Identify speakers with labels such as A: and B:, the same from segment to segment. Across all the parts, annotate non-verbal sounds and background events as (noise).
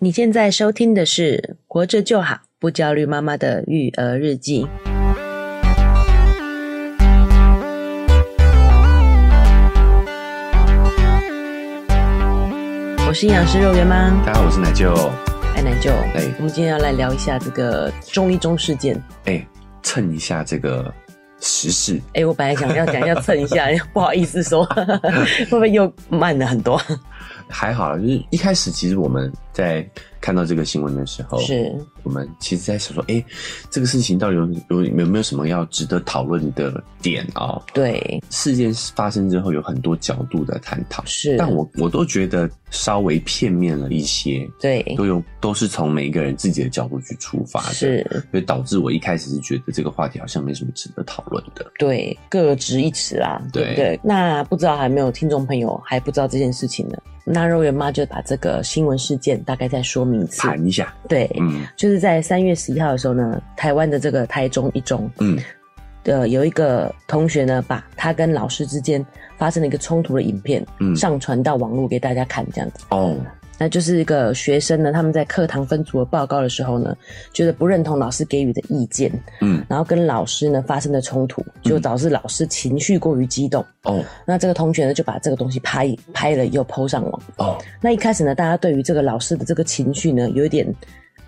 A: 你现在收听的是《活着就好，不焦虑妈妈的育儿日记》。我是营养师肉圆妈，
B: 大家好，我是奶舅。
A: 爱奶舅。
B: 哎
A: 我们今天要来聊一下这个中一中事件。
B: 哎，蹭一下这个时事，
A: 哎、我本来想要讲要蹭一下，不好意思说， (laughs) 会不会又慢了很多？
B: 还好啦，就是一开始其实我们在看到这个新闻的时候，
A: 是，
B: 我们其实在想说，哎，这个事情到底有有有没有什么要值得讨论的点哦？
A: 对，
B: 事件发生之后有很多角度的探讨，
A: 是，
B: 但我我都觉得稍微片面了一些，
A: 对
B: 都有都是从每一个人自己的角度去出发的，
A: 是
B: 所以导致我一开始是觉得这个话题好像没什么值得讨论的。
A: 对各执一词啦，对不
B: 对
A: 对？那不知道还没有听众朋友还不知道这件事情呢，那肉圆妈就把这个新闻事件大概再说明一次。
B: 谈一下，
A: 对，
B: 嗯
A: 就是在三月十一号的时候呢，台湾的这个台中一中，
B: 嗯，
A: 呃，有一个同学呢，把他跟老师之间发生了一个冲突的影片、
B: 嗯
A: 上传到网络给大家看，这样子。
B: 哦，
A: 那就是一个学生呢，他们在课堂分组的报告的时候呢，觉得不认同老师给予的意见，
B: 嗯
A: 然后跟老师呢发生了冲突，就导致老师情绪过于激动。
B: 哦
A: 那这个同学呢就把这个东西拍拍了以后 PO 上网。
B: 哦，
A: 那一开始呢，大家对于这个老师的这个情绪呢，有一点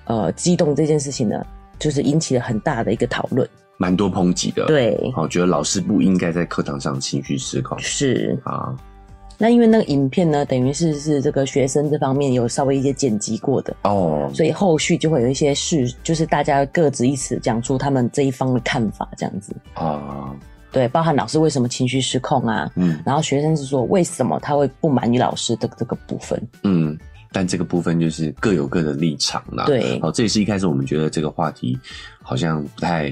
A: 呃激动这件事情呢，就是引起了很大的一个讨论。
B: 蛮多抨击的。，
A: 对，
B: 好，觉得老师不应该在课堂上情绪失控
A: 是。
B: 啊。
A: 那因为那个影片呢，等于是是这个学生这方面有稍微一些剪辑过的，
B: 哦，
A: 所以后续就会有一些事，就是大家各执一词，讲出他们这一方的看法，这样子。
B: 啊，
A: 对，包含老师为什么情绪失控啊，
B: 嗯
A: 然后学生是说为什么他会不满意老师的这个部分。
B: 嗯，但这个部分就是各有各的立场啦。，哦
A: 对，
B: 啊好，这也是一开始我们觉得这个话题好像不太，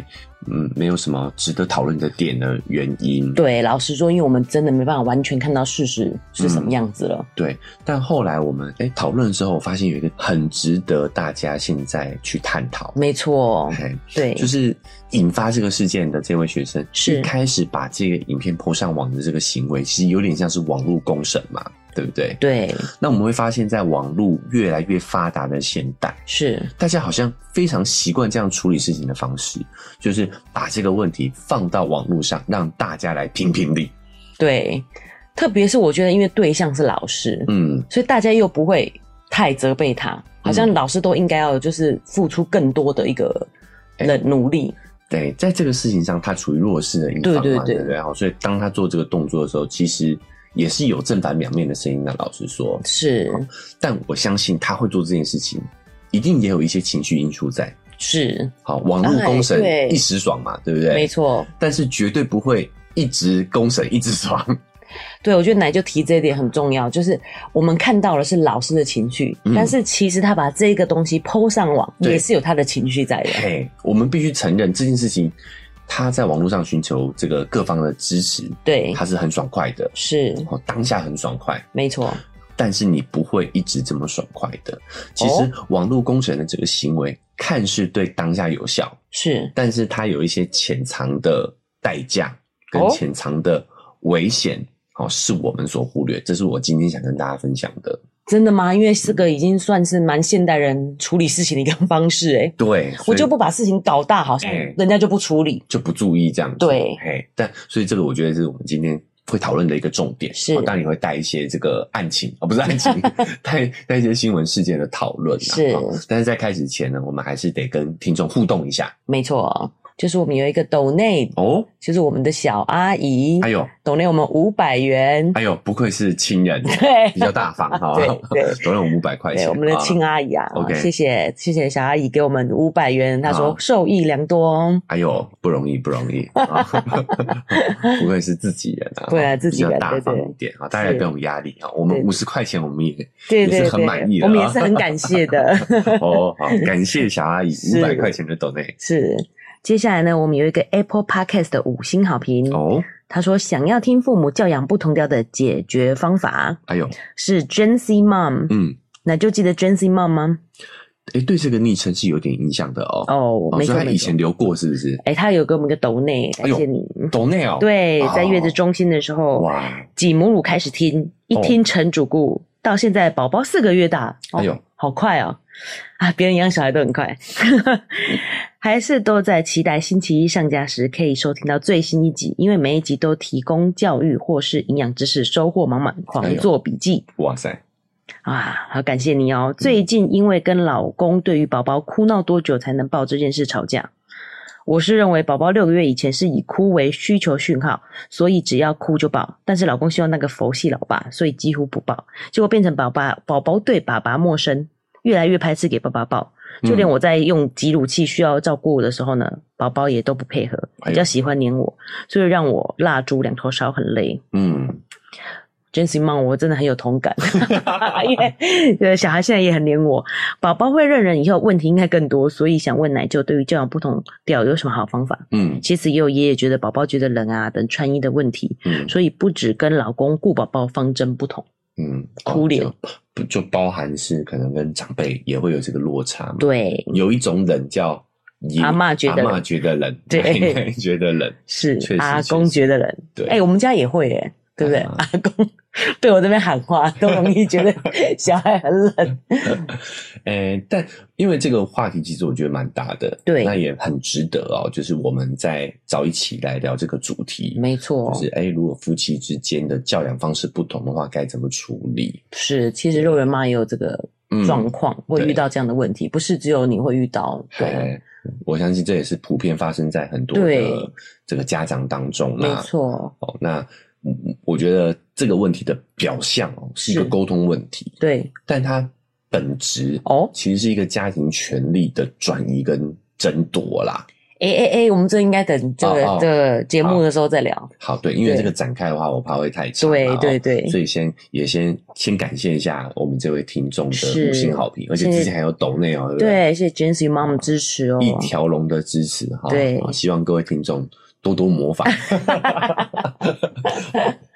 B: 嗯，没有什么值得讨论的点的原因。
A: 对，老实说，因为我们真的没办法完全看到事实是什么样子了。
B: 对，但后来我们哎讨论的时候，我发现有一个很值得大家现在去探讨。
A: 没错，
B: 嘿
A: 对，
B: (laughs) 就是引发这个事件的这位学生，
A: 是
B: 一开始把这个影片抛上网的这个行为，其实有点像是网络公审嘛，对不对？
A: 对，
B: 那我们会发现，在网络越来越发达的现代，
A: 是，
B: 大家好像非常习惯这样处理事情的方式，就是把这个问题放到网络上，让大家来评评理。
A: 对。特别是我觉得，因为对象是老师，
B: 嗯，
A: 所以大家又不会太责备他，好像老师都应该要就是付出更多的一个
B: 哎
A: 的努力。
B: 对，在这个事情上，他处于弱势的一方嘛，
A: 对对
B: 对
A: 对
B: 不对？好，所以当他做这个动作的时候，其实也是有正反两面的声音的。老实说，
A: 是
B: 哦但我相信他会做这件事情，一定也有一些情绪因素在。
A: 是，
B: 好，网络
A: 哎
B: 公审
A: 对
B: 一时爽嘛，对不对？
A: 没。错。
B: 但是绝对不会一直公审一直
A: (laughs)
B: 爽。
A: 对，我觉得奶就提这一点很重要，就是我们看到的是老师的情绪，
B: 嗯
A: 但是其实他把这个东西抛上网，
B: 对
A: 也是有他的情绪在的。
B: 嘿，我们必须承认这件事情，他在网络上寻求这个各方的支持，
A: 对，
B: 他是很爽快的，
A: 是
B: 哦，当下很爽快。
A: 没错，
B: 但是你不会一直这么爽快的。其实
A: 哦
B: 网络工程的这个行为看似对当下有效，
A: 是
B: 但是它有一些潜藏的代价跟
A: 哦
B: 潜藏的危险，哦，是我们所忽略。这是我今天想跟大家分享的。
A: 真的吗？因为这个已经算是蛮现代人处理事情的一个方式、欸，
B: 对，所
A: 我
B: 以
A: 就不把事情搞大，好像
B: 哎
A: 人家就不处理。
B: 就不注意这样子。
A: 对
B: 嘿，但所以这个我觉得是我们今天。会讨论的一个重点
A: 是
B: 哦当然也会带一些这个案情啊、
A: (laughs)
B: 哦，不是案情，带带一些新闻事件的讨论、啊。
A: 是
B: 哦但是在开始前呢，我们还是得跟听众互动一下
A: 没错，就是我们有一个抖内，
B: 哦。
A: 就是我们的小阿姨，
B: 哎呦，
A: 抖内我们五百元，
B: 哎呦，不愧是亲人，
A: 对
B: 比较大方哦哈
A: (laughs) 对
B: (laughs)
A: 对，
B: 都让我们五百块
A: 对
B: 钱，
A: 我们的亲
B: 啊，
A: 阿姨啊，
B: OK 啊
A: 谢谢谢谢小阿姨给我们五百元，她说
B: 好
A: 受益良多哦。
B: 哎呦，不容易，不
A: (laughs)
B: 容易，啊 (laughs) 不愧是自己人啊，
A: 对啊自己人
B: 比较大方
A: 对对
B: 一点啊，大家也不用有压力啊。我们
A: 对对
B: 五十块钱，我们也
A: 对对
B: 也
A: 对，
B: 是很满意的啊
A: 我们也是很感谢
B: (laughs)
A: 的。 (laughs)
B: 哦，好，感谢小阿姨
A: 是
B: 五百块钱的抖内
A: 是，接下来呢，我们有一个 Apple Podcast 的五星好评，
B: 哦，
A: 他说想要听父母教养不同调的解决方法
B: 哎呦，
A: 是 Gen Z Mom，、
B: 嗯，
A: 那就记得 Gen Z Mom 吗？
B: 哎，对这个昵称是有点影响的哦。
A: 哦，
B: 哦，
A: 没
B: 所以
A: 错
B: 他
A: 没
B: 以
A: 错
B: 前。留过是不是？
A: 哎，他有给我们一个抖内，感
B: 哎呦哦
A: 谢你。
B: 抖内哦，，
A: 对，在
B: 哦
A: 月子中心的时候，
B: 哇，
A: 挤母乳开始听，一
B: 哦
A: 听成主顾，到现在宝宝四个月大，哦
B: 哎呦，
A: 好快哦！啊，别人养小孩都很快， (laughs) 还是都在期待星期一上架时可以收听到最新一集，因为每一集都提供教育或是营养知识，收获满
B: 哎
A: 满，狂做笔记。
B: 哇塞，
A: 啊，好感谢你哦！
B: 嗯
A: 最近因为跟老公对于宝宝哭闹多久才能抱这件事吵架，我是认为宝宝六个月以前是以哭为需求讯号，所以只要哭就抱。但是老公希望那个佛系老爸，所以几乎不抱，结果变成宝爸宝宝对爸爸陌生，越来越排斥给爸爸抱。
B: 嗯
A: 就连我在用挤乳器需要照顾我的时候呢，宝宝也都不配合，
B: 哎呦
A: 比较喜欢黏我，所以让我蜡烛两头烧，很累。 (laughs)
B: 嗯，
A: Jency Mom，我真的很有同感， (laughs) 因为呃小孩现在也很黏我。宝宝会认人以后，问题应该更多，所以想问奶舅，对于教养不同调有什么好方法？
B: 嗯
A: 其实也有爷爷觉得宝宝觉得冷啊等穿衣的问题，
B: 嗯
A: 所以不止跟老公顾宝宝方针不同。
B: 嗯，
A: 哭脸
B: 哦就就包含是可能跟长辈也会有这个落差嘛。，
A: 对，
B: 有一种冷叫爷
A: 阿嬷觉得
B: 阿嬷觉得冷，
A: 对
B: (laughs) 奶奶觉得冷，
A: 是
B: 确实
A: 阿
B: 确
A: 公
B: 实
A: 觉得冷。
B: 对，
A: 哎、我们家也会耶，对不对？
B: 啊
A: 阿公被我这边喊话，都容易觉
B: (laughs)
A: 得小孩很冷。
B: 诶，但因为这个话题其实我觉得蛮大的，
A: 对
B: 那也很值得哦。就是我们再早一起来聊这个主题，
A: 没错，
B: 就是诶，如果夫妻之间的教养方式不同的话，该怎么处理？
A: 是，其实肉圆妈也有这个
B: 嗯
A: 状况，会
B: 对
A: 遇到这样的问题，不是只有你会遇到。对，
B: 诶，我相信这也是普遍发生在很多
A: 对
B: 的这个家长当中
A: 没
B: 啦。
A: 错，
B: 哦，那嗯我觉得这个问题的表象哦是一个
A: 是
B: 沟通问题，
A: 对
B: 但它本质
A: 哦。
B: 其实是一个家庭权利的转移跟争夺啦。
A: 哎哎哎，诶我们这应该等这
B: 哦
A: 个
B: 哦
A: 这个节目的时候再聊。
B: 好，对，因为
A: 对
B: 这个展开的话，我怕会太长嘛
A: 对
B: 哦
A: 对对，
B: 所以先也先先感谢一下我们这位听众的
A: 是
B: 五星好评，而且
A: 是
B: 之前还有抖内哦，对不对？
A: 对，谢谢 Jency Mom 支持哦。
B: 一条龙的支持哈，
A: 对
B: 好希望各位听众多多
A: (laughs)
B: 模仿。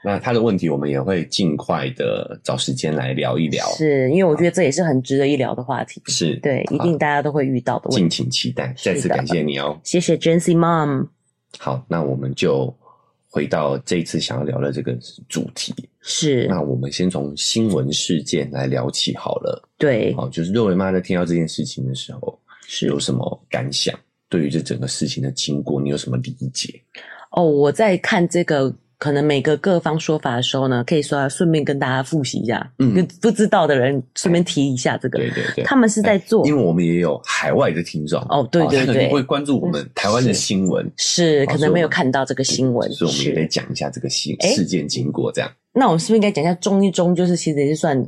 B: 那他的问题，我们也会尽快的找时间来聊一聊，
A: 是因为我觉得这也是很值得一聊的话题，
B: 是，
A: 对，一定大家都会遇到的问
B: 敬
A: 题。
B: 请期待。再次
A: 是的
B: 感谢你哦。
A: 谢谢 Jency Mom，
B: 好，那我们就回到这一次想要聊的这个主题。
A: 是
B: 那我们先从新闻事件来聊起好了。
A: 对，
B: 好，就是肉圆妈在听到这件事情的时候，
A: 是
B: 有什么感想？对于这整个事情的经过，你有什么理解？
A: 哦，我在看这个可能每个各方说法的时候呢，可以说啊顺便跟大家复习一下，
B: 嗯
A: 跟不知道的人顺便提一下这个，
B: 对对对，哎
A: 他们是在做，
B: 因为我们也有海外的听众
A: 哦对对
B: 他肯定
A: 对
B: 会关注我们台湾的新闻，
A: 是
B: 哦
A: 可
B: 所以
A: 能没有
B: 我们
A: 看到这个新闻，
B: 所以我们也得
A: 是。
B: 讲一下这个新
A: 哎
B: 事件经过，这样
A: 那我们是不是应该讲一下中一中，就是其实也是算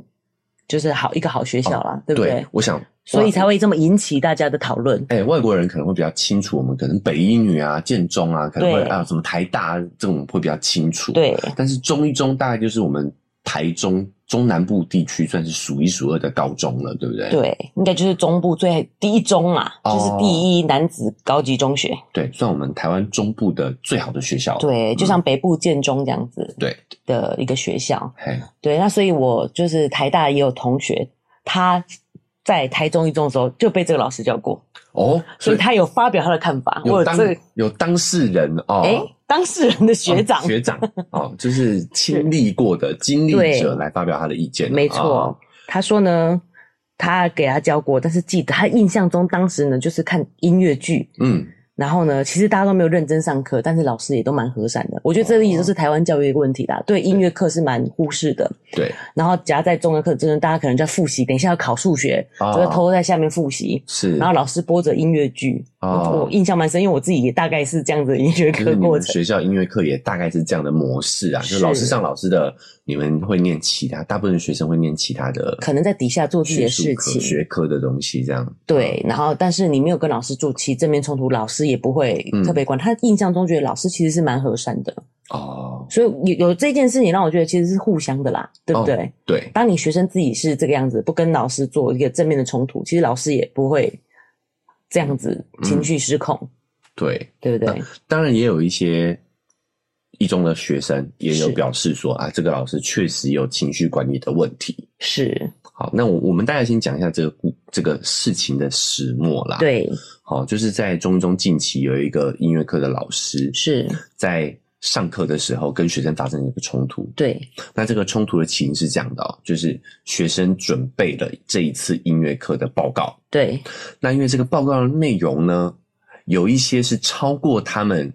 A: 就是好一个好学校啦，对不对？
B: 我想，
A: 所以
B: 哦哇
A: 才会这么引起大家的讨论。
B: 哎，外国人可能会比较清楚，我们可能北一女啊、建中啊，可能会
A: 对
B: 啊什么台大这种会比较清楚，。
A: 对，
B: 但是中一中大概就是我们台中中南部地区算是数一数二的高中了，对不对？
A: 对，应该就是中部最第一中啦，
B: 哦
A: 就是第一男子高级中学。
B: 对，算我们台湾中部的最好的学校。嗯
A: 对，就像北部建中这样子
B: 对，
A: 的一个学校。
B: 嘿，
A: 对，那所以我就是台大也有同学，他在台中一中的时候就被这个老师教过，
B: 哦，
A: 所以他有发表他的看法。我
B: 有
A: 有
B: 当
A: 这个
B: 有当事人哦，
A: 哎、当事人的学
B: 哦
A: 长，(laughs)
B: 学长哦，就是经历过的经历
A: 对
B: 者来发表他的意见，
A: 没错，
B: 哦
A: 他说呢，他给他教过，但是记得他印象中当时呢就是看音乐剧。
B: 嗯，
A: 然后呢，其实大家都没有认真上课，但是老师也都蛮和善的。我觉得这一直都
B: 哦
A: 是台湾教育的一个问题啦，对音乐课是蛮忽视的。
B: 对，
A: 然后夹在中文课，真的大家可能在复习，等一下要考数学，
B: 哦
A: 就会偷偷在下面复习。
B: 是，
A: 然后老师播着音乐剧，
B: 哦
A: 我印象蛮深，因为我自己也大概是这样子的音乐
B: 就是
A: 课
B: 你
A: 过
B: 们
A: 程。
B: 学校音乐课也大概是这样的模式啊，就是
A: 是
B: 老师上老师的，你们会念其他，大部分学生会念其他的，
A: 可能在底下做自己
B: 学
A: 的
B: 术
A: 事
B: 科
A: 情，
B: 学科的东西这样。
A: 对，然后但是你没有跟老师做起正面冲突，老师也不会
B: 嗯
A: 特别管。他印象中觉得老师其实是蛮和善的，
B: 哦，
A: 所以有有这件事情让我觉得其实是互相的啦，对不对？
B: 对，
A: 当你学生自己是这个样子，不跟老师做一个正面的冲突，其实老师也不会这样子
B: 嗯
A: 情绪失控，
B: 对，
A: 对不对？
B: 当然也有一些一中的学生也有
A: 是
B: 表示说啊，这个老师确实有情绪管理的问题。
A: 是，
B: 好，那我我们大概先讲一下这个故这个事情的始末啦。，
A: 对，
B: 好，就是在中中近期有一个音乐课的老师
A: 是，
B: 在上课的时候跟学生发生一个冲突。
A: 对，
B: 那这个冲突的起因是这样的哦，就是学生准备了这一次音乐课的报告，
A: 对，
B: 那因为这个报告的内容呢，有一些是超过他们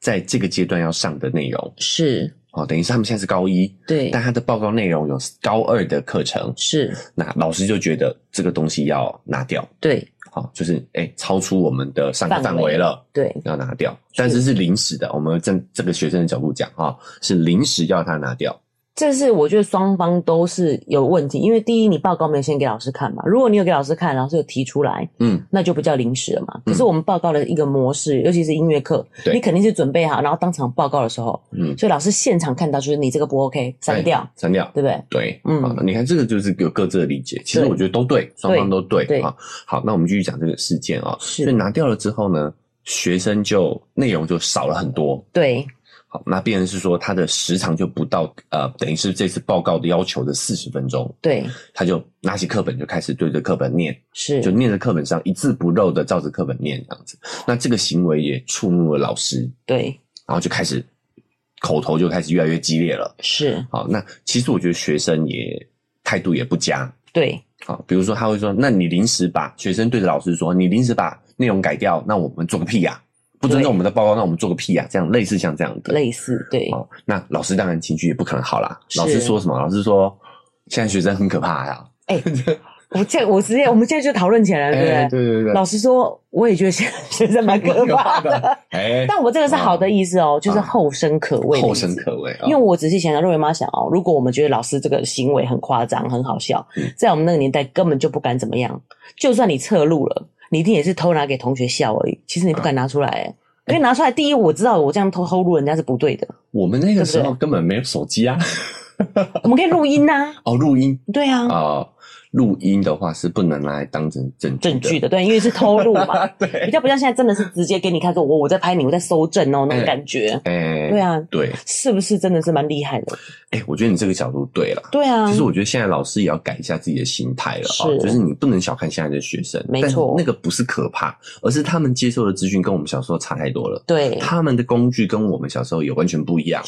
B: 在这个阶段要上的内容
A: 是，
B: 哦，等于是他们现在是高一，
A: 对，
B: 但他的报告内容有高二的课程，
A: 是，
B: 那老师就觉得这个东西要拿掉，
A: 对，
B: 好、就是哎、超出我们的上课
A: 范
B: 范
A: 围
B: 围了。
A: 对，
B: 要拿掉，但是是临时的。我们站这个学生的角度讲哈、哦，是临时要他拿掉。
A: 这是我觉得双方都是有问题，因为第一，你报告没有先给老师看嘛，如果你有给老师看，老师有提出来，
B: 嗯，
A: 那就不叫临时了嘛。
B: 嗯
A: 可是我们报告的一个模式，尤其是音乐课，
B: 对
A: 你肯定是准备好，然后当场报告的时候，
B: 嗯
A: 所以老师现场看到就是你这个不 OK，删掉，
B: 哎删掉。
A: 对不对？
B: 对，
A: 嗯
B: 好，你看这个就是有各自的理解，其实
A: 对
B: 我觉得都对，双方都对
A: 对
B: 啊。好，那我们继续讲这个事件啊，
A: 是
B: 所以拿掉了之后呢，学生就内容就少了很多。
A: 对，
B: 好，那变成是说他的时长就不到，呃，等于是这次报告的要求的四十分钟，
A: 对，
B: 他就拿起课本就开始对着课本念，
A: 是
B: 就，念着课本上一字不漏的照着课本念这样子。那这个行为也触怒了老师，
A: 对，
B: 然后就开始口头就开始越来越激烈了。
A: 是，
B: 好，那其实我觉得学生也态度也不佳。
A: 对，
B: 好，啊比如说他会说：“那你临时把学生对着老师说，你临时把内容改掉，那我们做个屁呀、不尊重我们的报告，那我们做个屁呀、这样类似像这样的。
A: 类似，对，
B: 哦，那老师当然情绪也不可能好啦。
A: 是
B: 老师说什么？老师说现在学生很可怕呀、
A: 我这我直接我们现在就讨论起来了，对不对？
B: 哎对对对
A: 老实说，我也觉得 (laughs) 现在学生蛮可怕的，
B: 的。
A: (laughs)
B: 哎，
A: 但我这个是好的意思哦，就是后生可畏，
B: 后生。可畏啊、
A: 因为我仔细想想，若圆妈想哦，如果我们觉得老师这个行为很夸张、很好笑
B: 嗯，
A: 在我们那个年代根本就不敢怎么样。就算你侧录了，你一定也是偷拿给同学笑而已。其实你不敢拿出来、
B: 嗯
A: 欸因为拿出来，第一我知道我这样偷偷录人家是不对的，
B: 我们那个时
A: 对
B: 候
A: 不
B: 根本没有手机啊。 (laughs)
A: 我们可以录音呐、
B: 哦，录音
A: 对啊，
B: 啊，录、音的话是不能拿来当成证
A: 证据
B: 的。
A: 的，对，因为是偷录嘛，比
B: (laughs) 对，
A: 较不像现在真的是直接给你看说，我我在拍你，我在搜证哦那
B: 嗯
A: 种感觉，
B: 哎、
A: 对啊，
B: 对，
A: 是不是真的是蛮厉害的？
B: 哎、我觉得你这个角度对了。
A: 对啊，
B: 其实我觉得现在老师也要改一下自己的心态了啊、
A: 是
B: 就是你不能小看现在的学生，
A: 没
B: 但
A: 错
B: 那个不是可怕，而是他们接受的资讯跟我们小时候差太多了，
A: 对
B: 他们的工具跟我们小时候也完全不一样了。，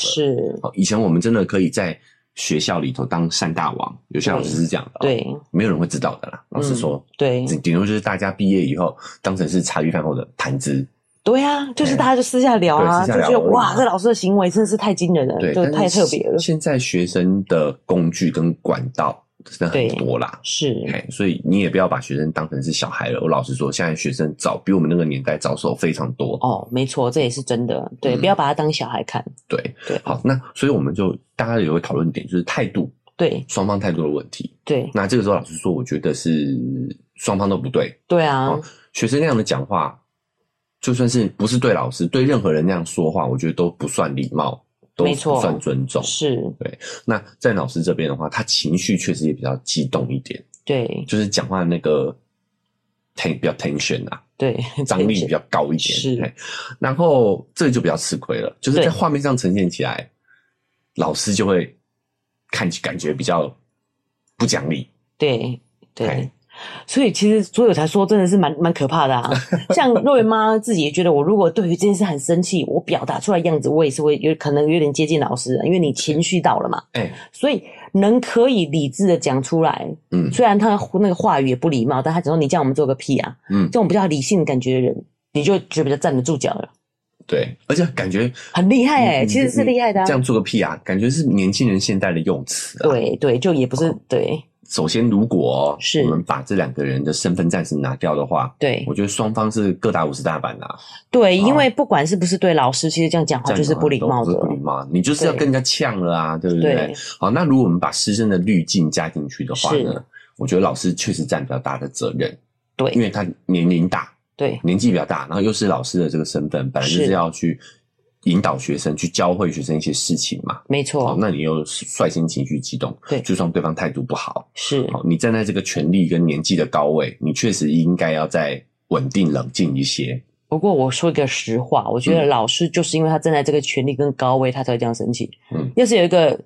B: 哦
A: 是，
B: 以前我们真的可以在学校里头当善大王，有些老师是这样的、哦，，
A: 对嗯
B: 没有人会知道的啦。老实说，
A: 对
B: 顶顶多就是大家毕业以后当成是茶余饭后的谈资，
A: 对啊，就是
B: 哎
A: 大家就私下聊啊，
B: 对私
A: 就
B: 下聊
A: 觉得哇，
B: 嗯
A: 这老师的行为真的是太惊人了，
B: 对，
A: 就
B: 但是
A: 太特别了，
B: 现在学生的工具跟管道真的很多啦。
A: 是，
B: 哎，所以你也不要把学生当成是小孩了。我老实说，现在学生早比我们那个年代早熟非常多。
A: 哦，没错，这也是真的，对，
B: 嗯
A: 不要把他当小孩看，
B: 对，
A: 对，
B: 好，，那所以我们就大家有个讨论点，就是态度，
A: 对
B: 双方态度的问题。
A: 对
B: 那这个时候，老实说，我觉得是双方都不对。
A: 对啊
B: 哦，学生那样的讲话，就算是不是对老师，对任何人那样说话，我觉得都不算礼貌，都
A: 没错
B: 不算尊重。
A: 是，
B: 那在老师这边的话，他情绪确实也比较激动一点，
A: 对
B: 就是讲话那个 ten 比较 tension 啊，
A: 对， (laughs)
B: (laughs) 张力比较高一点。
A: 是
B: 嘿，然后这就比较吃亏了，就是
A: 对
B: 在画面上呈现起来，老师就会看起感觉比较不讲理。
A: 对对
B: 哎。
A: (laughs) 所以其实，所以我才说，真的是蛮蛮可怕的
B: (laughs)
A: 啊。像若云妈自己也觉得，我如果对于这件事很生气，我表达出来样子，我也是会有可能有点接近老师的，因为你情绪到了嘛。
B: 哎、
A: 所以能可以理智的讲出来，
B: 嗯
A: 虽然他那个话语也不礼貌，但他讲说你叫我们做个屁啊，
B: 嗯
A: 这，种比较理性感觉的人，你就觉得比较站得住脚了，
B: 对，而且感觉
A: 很厉害哎、
B: 嗯
A: 其实是厉害的、啊
B: 这。样做个屁啊！感觉是年轻人现代的用词、啊。，
A: 对对，就也不是对
B: 首先如果
A: 是
B: 我们把这两个人的身份暂时拿掉的话，
A: 对
B: 我觉得双方是各打五十大板啦、
A: 对，
B: 好
A: 因为不管是不是对老师，其实这样讲话
B: 这
A: 哦
B: 样
A: 就是不礼貌
B: 都
A: 的
B: 是不。礼貌，你就是要
A: 对
B: 跟人家呛了啊，对不对？
A: 对
B: 好，那如果我们把师生的滤镜加进去的话
A: 是
B: 呢，我觉得老师确实占比较大的责任，因
A: 对
B: 为他年龄大，
A: 对
B: 年纪比较大，然后又是老师的这个身份，本来就是是要去引导学生，去教会学生一些事情嘛。
A: 没
B: 好，
A: 错，
B: 那你又率先情绪激动，
A: 对
B: 就算对方态度不好，
A: 是
B: 好，你站在这个权力跟年纪的高位，你确实应该要再稳定冷静一些。
A: 不过我说一个实话，我
B: 嗯
A: 觉得老师就是因为他站在这个权力跟高位，他才会这样生气。
B: 嗯
A: 要是有一个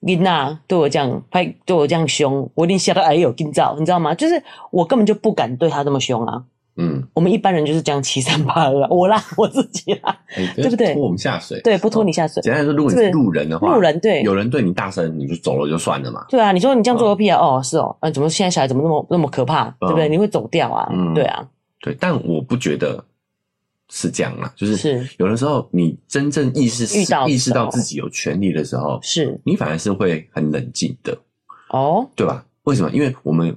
A: 琳娜对我这样拍，对我这样凶，我一定吓到哎呦惊躁，你知道吗？就是我根本就不敢对他这么凶啊。
B: 嗯，
A: 我们一般人就是这样欺三怕二啊，我啦，我自己啦，
B: 哎
A: 对不对
B: 拖我们下水，
A: 对，不拖你下水。
B: 简单来说，如果你
A: 这
B: 是
A: 个
B: 路人的话，
A: 路人对
B: 哦有人对你大声，你就走了就算了嘛。
A: 对啊，你说你这样做个屁啊？哦，是哦，嗯，怎么现在小孩怎么那么那么可怕，对不对？你会走掉啊
B: 嗯，
A: 对啊，
B: 对，但我不觉得是这样啦，就是
A: 是
B: 有的时候你真正意识
A: 遇到的时候
B: 意识到自己有权利的时候，
A: 是
B: 你反而是会很冷静的，
A: 哦，
B: 对吧？为什么？因为我们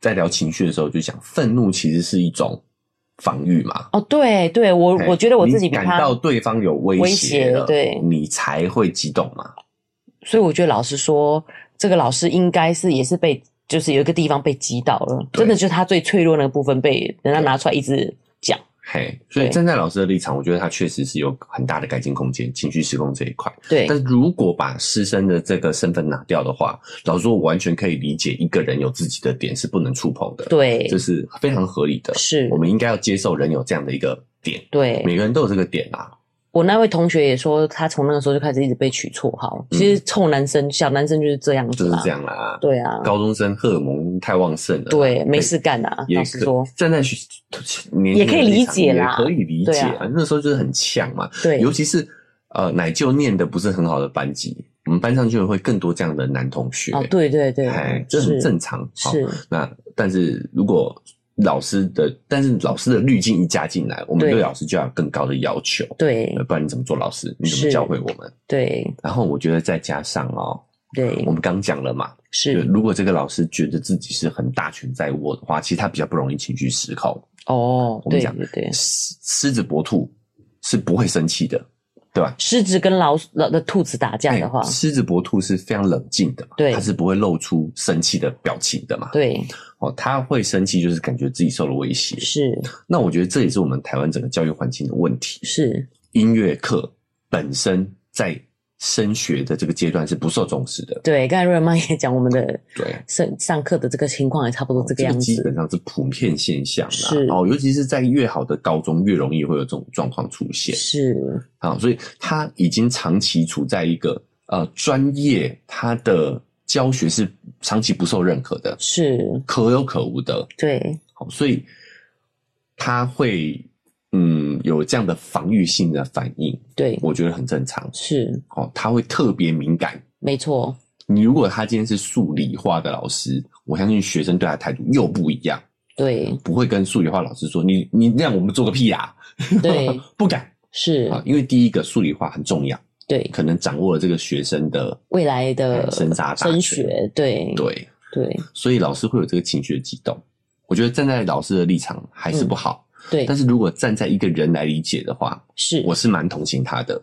B: 在聊情绪的时候就讲，愤怒其实是一种防御嘛。
A: 哦，对对，我
B: 哎
A: 我觉得我自己
B: 你
A: 比
B: 感
A: 他
B: 到，对方有威
A: 威
B: 胁
A: 胁
B: 了，
A: 对
B: 你才会激动嘛。
A: 所以我觉得老师说，这个老师应该是也是被，就是有一个地方被击倒了，
B: 对
A: 真的就是他最脆弱那个部分被人家拿出来一直讲，
B: 嘿，所以
A: 对
B: 站在老师的立场，我觉得他确实是有很大的改进空间，情绪失控这一块。
A: 对
B: 但如果把师生的这个身份拿掉的话，老实说，我完全可以理解一个人有自己的点是不能触碰的，，
A: 对
B: 这是非常合理的。
A: 是
B: 我，们应该要接受人有这样的一个点，
A: 对，
B: 每个人都有这个点啊。
A: 我那位同学也说，他从那个时候就开始一直被取绰号。
B: 嗯
A: 其实臭男生、小男生就是这样子
B: 就是
A: 啦，
B: 这样啦。
A: 对啊，
B: 高中生荷尔蒙太旺盛了，
A: 对，没事干啊。
B: 也
A: 老
B: 可
A: 实说，
B: 站在学年轻人
A: 也可以理解
B: 的立
A: 啦
B: 场也可以理解
A: 对
B: 啊。那时候就是很呛嘛，
A: 对
B: 尤其是呃奶舅念的不是很好的班级，我们班上就会更多这样的男同学，
A: 哦，对对对
B: 哎，，这
A: 是
B: 很正常。啊好
A: 是，
B: 那但是如果老师的，但是老师的滤镜一加进来，我们
A: 对
B: 对老师就要有更高的要求，
A: 对
B: 呃不然你怎么做老师？你怎么
A: 是
B: 教会我们？
A: 对
B: 然后我觉得再加上哦，
A: 对
B: 我，们刚讲了嘛，就是如果这个老师觉得自己是很大权在握的话，其实他比较不容易情绪失控。
A: 哦，
B: 我们
A: 对
B: 讲
A: 对对，
B: 狮狮子搏兔是不会生气的，对吧？
A: 狮子跟老鼠老的兔子打架的话
B: 哎，狮子搏兔是非常冷静的嘛，
A: 对
B: 他是不会露出生气的表情的嘛。
A: 对
B: 哦，他会生气就是感觉自己受了威胁。
A: 是
B: 那我觉得这也是我们台湾整个教育环境的问题。
A: 是，
B: 音乐课本身在升学的这个阶段是不受重视的，
A: 对。刚才瑞妈也讲，我们的
B: 对。
A: 上上课的这个情况也差不多这个
B: 哦这
A: 样
B: 个基本
A: 子，
B: 上是普遍现象啦
A: 是。
B: 哦，尤其是在越好的高中，越容易会有这种状况出现
A: 是
B: 啊。所以他已经长期处在一个呃专业，他的教学是长期不受认可的，
A: 是，
B: 可有可无的。
A: 对
B: 好，所以他会嗯有这样的防御性的反应，
A: 对
B: 我觉得很正常。
A: 是，
B: 哦，他会特别敏感。
A: 没错，
B: 你如果他今天是数理化的老师，我相信学生对他态度又不一样。
A: 对
B: 不会跟数理化老师说你你让我们做个屁呀、
A: 对
B: (laughs) 不敢
A: 是，
B: 啊，因为第一个数理化很重要，
A: 对
B: 可能掌握了这个学生的
A: 未来的
B: 哎生杀大
A: 升
B: 权
A: 学，对
B: 对，
A: 对
B: 所以老师会有这个情绪的激动。我觉得站在老师的立场还是不好，
A: 嗯对，
B: 但是如果站在一个人来理解的话，
A: 是
B: 我是蛮同情他的。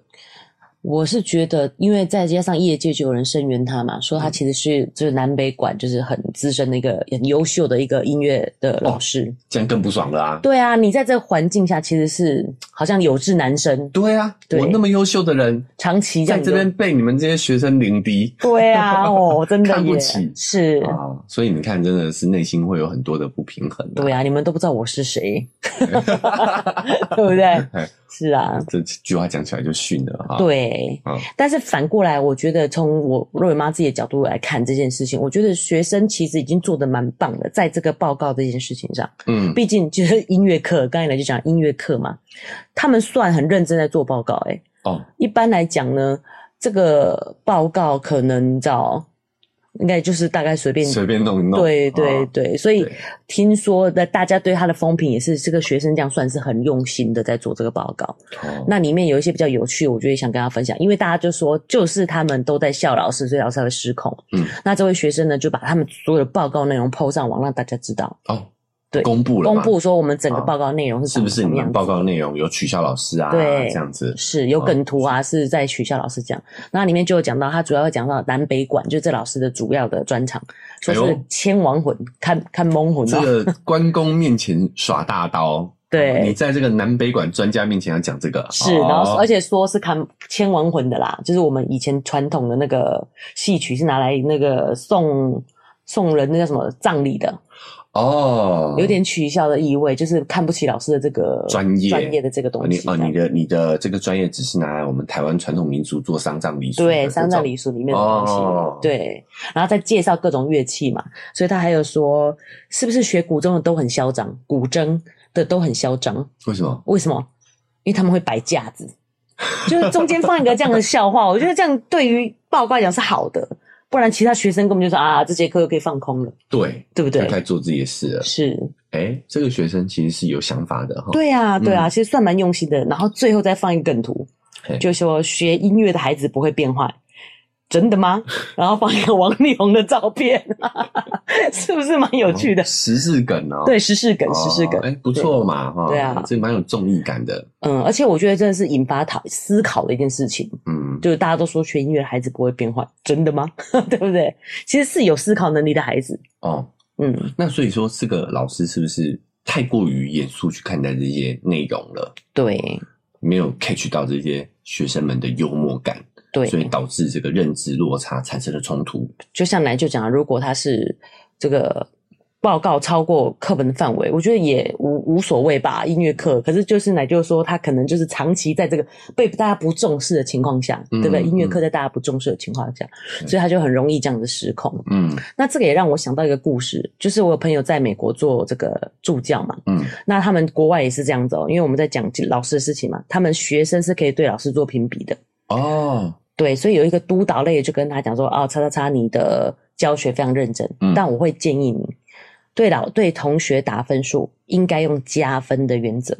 A: 我是觉得，因为再加上业界就有人声援他嘛，说他
B: 嗯
A: 其实是就是南北管就是很资深的一个很优秀的一个音乐的
B: 哦
A: 老师。
B: 这样更不爽了啊！
A: 对啊，你在这环境下其实是好像有志男生，
B: 对啊，
A: 对
B: 我那么优秀的人，
A: 长期这
B: 在
A: 样
B: 这边被你们这些学生凌敌
A: 就。对啊，哦，真的
B: 看不
A: 耶
B: 起
A: 是。
B: 啊，所以你看，真的是内心会有很多的不平衡、啊。
A: 对啊，你们都不知道我是
B: (laughs)
A: 谁，对不对？
B: 哎
A: 是啊，
B: 这句话讲起来就逊了哈。
A: 对
B: 啊，
A: 但是反过来，我觉得从我若雨妈自己的角度来看这件事情，我觉得学生其实已经做得蛮棒的，在这个报告这件事情上，
B: 嗯，
A: 毕竟就是音乐课，刚才来就讲音乐课嘛，他们算很认真在做报告、欸。诶，
B: 哦，
A: 一般来讲呢，这个报告可能找应该就是大概随便。
B: 随便弄一弄。
A: 对对
B: 啊
A: 对，所以
B: 对
A: 听说的大家对他的风评也是这个学生这样算是很用心的在做这个报告。
B: 哦
A: 那里面有一些比较有趣，我就也想跟大家分享，因为大家就说就是他们都在笑老师，所以老师才会失控。
B: 嗯，
A: 那这位学生呢，就把他们所有的报告内容 PO 上网，让大家知道，
B: 哦，
A: 对
B: 公布了
A: 公
B: 嘛，
A: 布说我们整个
B: 啊
A: 报告内容是
B: 是
A: 什么
B: 不是
A: 什
B: 你
A: 么样
B: 们
A: 子
B: 报告内容有取消老师啊？
A: 对
B: 这样子。
A: 是有
B: 啊
A: 梗图啊，是在取笑老师讲。那里面就有讲到，他主要会讲到南北管，就是这老师的主要的专长，说
B: 哎
A: 是
B: 呦
A: 千王魂，看看蒙魂
B: 这
A: 哦。
B: 个关公面前耍大刀，
A: 对
B: 你在这个南北馆专家面前要讲这个，哦
A: 是，然后而
B: 且
A: 且说是看千王魂的啦，就是我们以前传统的那个戏曲是拿来那个送送人那叫什么葬礼的，
B: 哦，
A: 有点取笑的意味，就是看不起老师的这个
B: 专业
A: 专业的这个
B: 哦
A: 东
B: 你
A: 西。
B: 哦，你的你的这个专业只是拿来我们台湾传统民俗做丧葬礼俗的这种，
A: 对，丧葬礼俗里面的东西，
B: 哦
A: 对，然后再介绍各种乐器嘛，所以他还有说，是不是学古筝的都很嚣张？古筝，的都很嚣张。
B: 为什么？
A: 为什么？因为他们会摆架子，就是中间放一个这样的笑话， (laughs) 我觉得这样对于报告来讲是好的，不然其他学生根本就说啊，这节课又可以放空了，
B: 对，
A: 对不
B: 他
A: 对？
B: 该做自己的事了。
A: 是，
B: 哎，这个学生其实是有想法的哈。
A: 对啊，对啊，
B: 嗯
A: 其实算蛮用心的。然后最后再放一个梗图，
B: 嘿
A: 就说学音乐的孩子不会变坏。真的
B: (laughs)
A: 吗？然后放一个王力宏的照片， (laughs) 是不是蛮有趣的
B: 哦？时事梗哦，
A: 对，时事梗，时事梗
B: 哦，哎，不错嘛哈。
A: 对啊
B: 这蛮有综艺感的。
A: 嗯，而且我觉得真的是引发讨思考的一件事情，
B: 嗯，
A: 就是大家都说学音乐的孩子不会变坏，真的吗？ (laughs) 对不对？其实是有思考能力的孩子，
B: 哦，
A: 嗯，
B: 那所以说这个老师是不是太过于严肃去看待这些内容了，
A: 对
B: 没有 catch 到这些学生们的幽默感，
A: 对，
B: 所以导致这个认知落差产生了冲突。
A: 就像来就讲，啊如果他是这个报告超过课本的范围，我觉得也无无所谓吧，音乐课。可是就是奶就说，他可能就是长期在这个被大家不重视的情况下，
B: 嗯
A: 对不对？
B: 嗯
A: 音乐课在大家不重视的情况下，
B: 嗯
A: 所以他就很容易这样的失控。
B: 嗯
A: 那这个也让我想到一个故事，就是我有朋友在美国做这个助教嘛，
B: 嗯，
A: 那他们国外也是这样子哦，因为我们在讲老师的事情嘛，他们学生是可以对老师做评比的。
B: 哦，
A: 对，所以有一个督导类就跟他讲说，哦，叉叉叉，你的教学非常认真，
B: 嗯
A: 但我会建议你对老对同学打分数应该用加分的原则。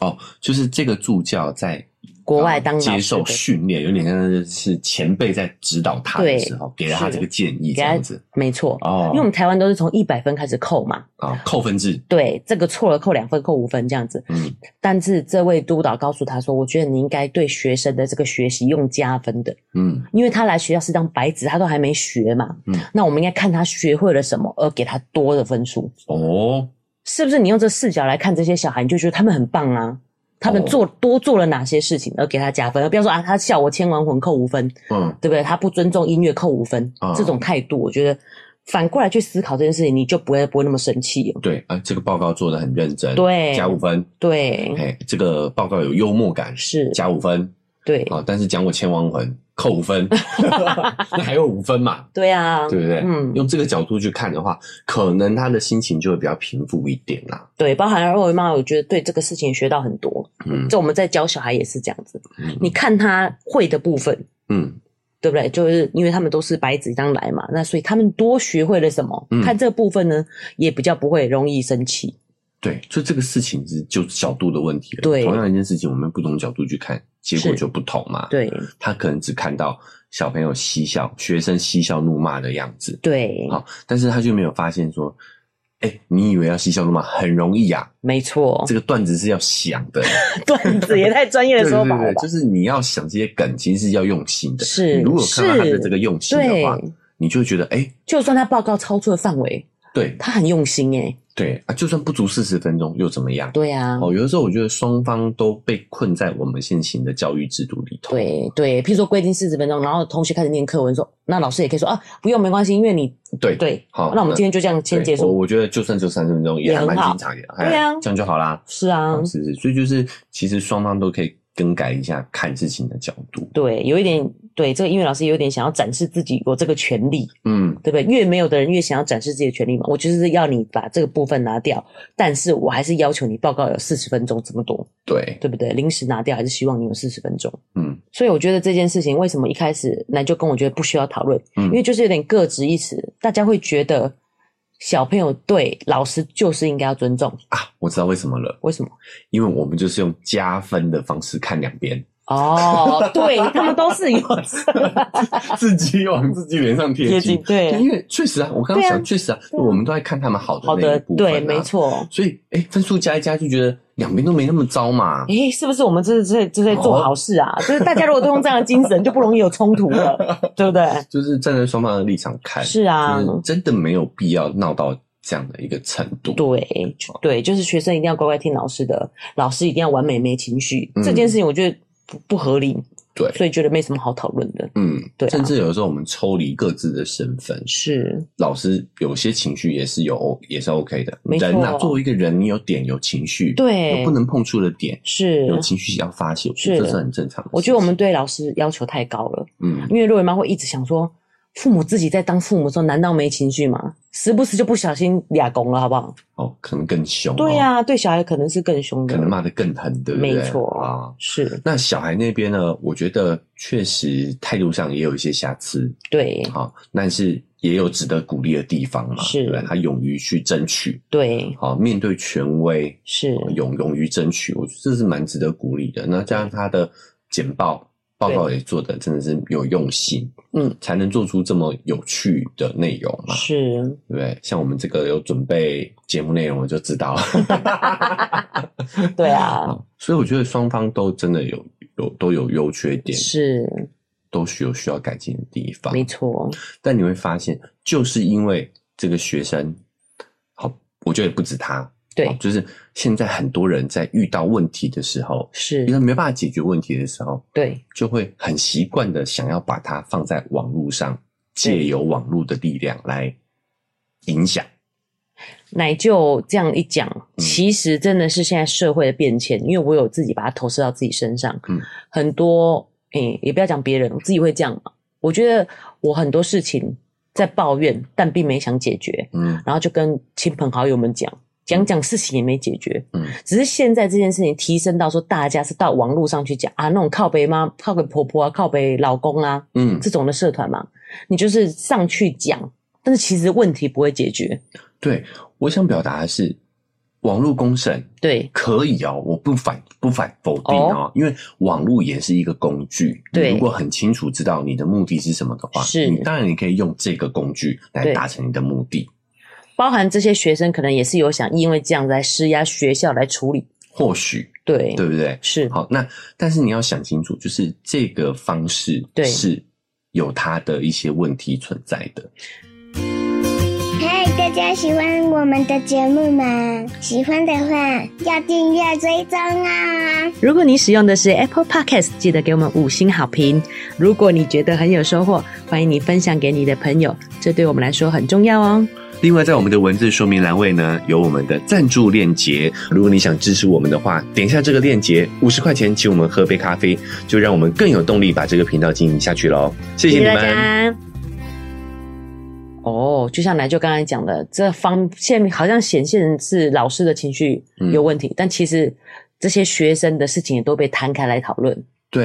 B: 哦，就是这个助教在
A: 国外当老师
B: 啊接受
A: 的嗯
B: 训练，有点像是前辈在指导他的
A: 对
B: 时候，给了他
A: 是
B: 这个建议，
A: 给
B: 这
A: 他
B: 样子
A: 没错，
B: 哦
A: 因为我们台湾都是从一百分开始扣嘛，
B: 啊、扣分制，
A: 对，这个错了扣两分，扣五分这样子。
B: 嗯
A: 但是这位督导告诉他说，我觉得你应该对学生的这个学习用加分的，
B: 嗯
A: 因为他来学校是张白纸，他都还没学嘛，
B: 嗯
A: 那我们应该看他学会了什么，而给他多的分数。
B: 哦，
A: 是不是你用这视角来看这些小孩，你就觉得他们很棒啊？他
B: 哦
A: 们做、多做了哪些事情，而给他加分？而不要说啊，他笑我千完魂扣五分，
B: 嗯
A: 对不对？他不尊重音乐扣五分，
B: 啊
A: 这种态度，我觉得反过来去思考这件事情，你就不会不会那么生气了。
B: 对啊、这个报告做的很认真，
A: 对
B: 加五分，
A: 对，
B: 哎，这个报告有幽默感，
A: 是，
B: 加五分
A: 对，
B: 啊、但是讲我千王魂扣五
A: (laughs)
B: 分，那还有五分嘛，
A: 对啊，
B: 对不对？
A: 嗯，
B: 用这个角度去看的话，可能他的心情就会比较平复一点啦、
A: 对，包含二维妈，我觉得对这个事情学到很多。
B: 嗯
A: 就我们在教小孩也是这样子，
B: 嗯
A: 你看他会的部分，
B: 嗯
A: 对不对？就是因为他们都是白纸一张来嘛，那所以他们多学会了什么，
B: 嗯
A: 看这部分呢，也比较不会容易生气。
B: 对，就这个事情是就是角度的问题了。
A: 对
B: 同样一件事情，我们不同角度去看，结果
A: 是
B: 就不同嘛。，
A: 对
B: 他可能只看到小朋友嬉笑、学生嬉笑怒骂的样子，
A: 对，
B: 好，但是他就没有发现说，哎、你以为要嬉笑怒骂很容易呀、
A: 没错，
B: 这个段子是要想
A: (laughs)
B: 的，
A: 段子也太专业的说法了吧？
B: 就是你要想这些梗，其实是要用心的。
A: 是
B: 你如果看到他的
A: 是
B: 这个用心的话，
A: 对
B: 你就会觉得，哎、
A: 就算他报告超出了范围，
B: 对
A: 他很用心诶、
B: 对啊，就算不足四十分钟又怎么样？
A: 对啊，
B: 哦，有的时候我觉得双方都被困在我们现行的教育制度里头。
A: 对对，譬如说规定四十分钟，然后同学开始念课文说，那老师也可以说啊，不用没关系，因为你
B: 对
A: 对，
B: 好
A: 那我们今天就这样先
B: 对
A: 结
B: 我
A: 束。
B: 我觉得就算只有三十分钟也
A: 也
B: 还
A: 很
B: 蛮
A: 好
B: 经常的，哎
A: 对啊
B: 这样就好啦。哦
A: 是啊，
B: 是不是？所以就是其实双方都可以更改一下看事情的角度。
A: 对，有一点对这个音乐老师有一点想要展示自己有这个权利，
B: 嗯，
A: 对不对？越没有的人越想要展示自己的权利嘛。我就是要你把这个部分拿掉，但是我还是要求你报告有四十分钟这么多，
B: 对，
A: 对不对？临时拿掉还是希望你有四十分钟。
B: 嗯
A: 所以我觉得这件事情为什么一开始那就跟我觉得不需要讨论，
B: 嗯
A: 因为就是有点各执一词，大家会觉得小朋友对老师就是应该要尊重，
B: 啊，我知道为什么了，
A: 为什么？
B: 因为我们就是用加分的方式看两
A: (laughs)
B: 边，
A: 哦，对他们都是有
B: 啊自己往自己脸上贴
A: 贴
B: 金
A: 近。对
B: 因为确实啊，我刚刚
A: 对啊
B: 想，确实啊，
A: 对啊
B: 我们都在看他们好的
A: 好
B: 那一
A: 的，
B: 部分、啊
A: 对，没。错。
B: 所以，哎、分数加一加就觉得两边都没那么糟嘛。
A: 诶，是不是我们这是这这在
B: 哦
A: 做好事啊？ (laughs) 就是大家如果都用这样的精神，就不容易有冲突了，对不
B: (laughs)
A: 对？
B: 就是站在双方的立场看，
A: 是啊
B: 就是真的没有必要闹到这样的一个程度。
A: 对，就对，就是学生一定要乖乖听老师的，老师一定要完美没情绪，
B: 嗯
A: 这件事情我觉得不不合理，
B: 对
A: 所以觉得没什么好讨论的。
B: 嗯，
A: 对啊
B: 甚至有的时候我们抽离各自的身份，
A: 是，
B: 老师有些情绪也是有，也是 OK 的。
A: 没错
B: 人呐、作为一个人，你有点有情绪，
A: 对
B: 有不能碰触的点，
A: 是，
B: 有情绪要发泄，我觉
A: 是
B: 得这是很正常的事情。
A: 我觉得我们对老师要求太高了，
B: 嗯
A: 因为若维妈会一直想说，父母自己在当父母的时候，难道没情绪吗？时不时就不小心俩拱了，好不好？
B: 哦，可能更凶、哦，
A: 对、呀、对小孩可能是更凶的，
B: 可能骂得更狠，对不对？
A: 没错
B: 啊。
A: 是
B: 那小孩那边呢？我觉得确实态度上也有一些瑕疵，
A: 对
B: 好，但是也有值得鼓励的地方嘛，
A: 是
B: 对不对他勇于去争取，
A: 对
B: 好，面对权威，
A: 是，
B: 勇勇于争取，我觉得这是蛮值得鼓励的。那加上他的简报报告也做的真的是有用心，
A: 嗯，
B: 才能做出这么有趣的内容嘛，
A: 是
B: 对不对？像我们这个有准备节目内容，我就知道，
A: 对
B: (laughs)
A: 啊，
B: 好所以我觉得双方都真的有有都有优缺点，
A: 是
B: 都是有需要改进的地方。
A: 没错，
B: 但你会发现，就是因为这个学生，好，我觉得也不止他，
A: 对
B: 好，就是现在很多人在遇到问题的时候，因为
A: 是，
B: 没办法解决问题的时候，
A: 对
B: 就会很习惯的想要把它放在网络上，借由网络的力量来影响。
A: 奶舅这样一讲，
B: 嗯
A: 其实真的是现在社会的变迁，因为我有自己把它投射到自己身上，
B: 嗯
A: 很多诶、也不要讲别人，我自己会这样嘛。我觉得我很多事情在抱怨，但并没想解决，
B: 嗯
A: 然后就跟亲朋好友们讲，讲讲事情也没解决，
B: 嗯，
A: 只是现在这件事情提升到说，大家是到网络上去讲啊，那种靠北妈、靠北婆婆啊、靠北老公啊
B: 嗯，
A: 这种的社团嘛，你就是上去讲，但是其实问题不会解决，
B: 对，我想表达的是，网络公审
A: 对
B: 可以哦，我不反不反否定哦，因为网络也是一个工具。你
A: 对
B: 如果很清楚知道你的目的是什么的话，
A: 是
B: 你当然你可以用这个工具来
A: 对
B: 达成你的目的。
A: 包含这些学生可能也是有想因为这样来施压学校来处理，
B: 或许
A: 对，
B: 对不对？
A: 是，
B: 好，那但是你要想清楚，就是这个方式
A: 对
B: 是有它的一些问题存在的。
C: 嗨，大家喜欢我们的节目吗？喜欢的话要订阅追踪啊、
A: 如果你使用的是 Apple Podcast，记得给我们五星好评。如果你觉得很有收获，欢迎你分享给你的朋友，这对我们来说很重要哦。
B: 另外，在我们的文字说明栏位呢，有我们的赞助链接。如果你想支持我们的话，点一下这个链接，五十块钱请我们喝杯咖啡，就让我们更有动力把这个频道经营下去喽。谢谢你
A: 大
B: 们。
A: 家。哦，就像奶舅刚才讲的，这方现在好像显现是老师的情绪
B: 嗯
A: 有问题，但其实这些学生的事情也都被摊开来讨论，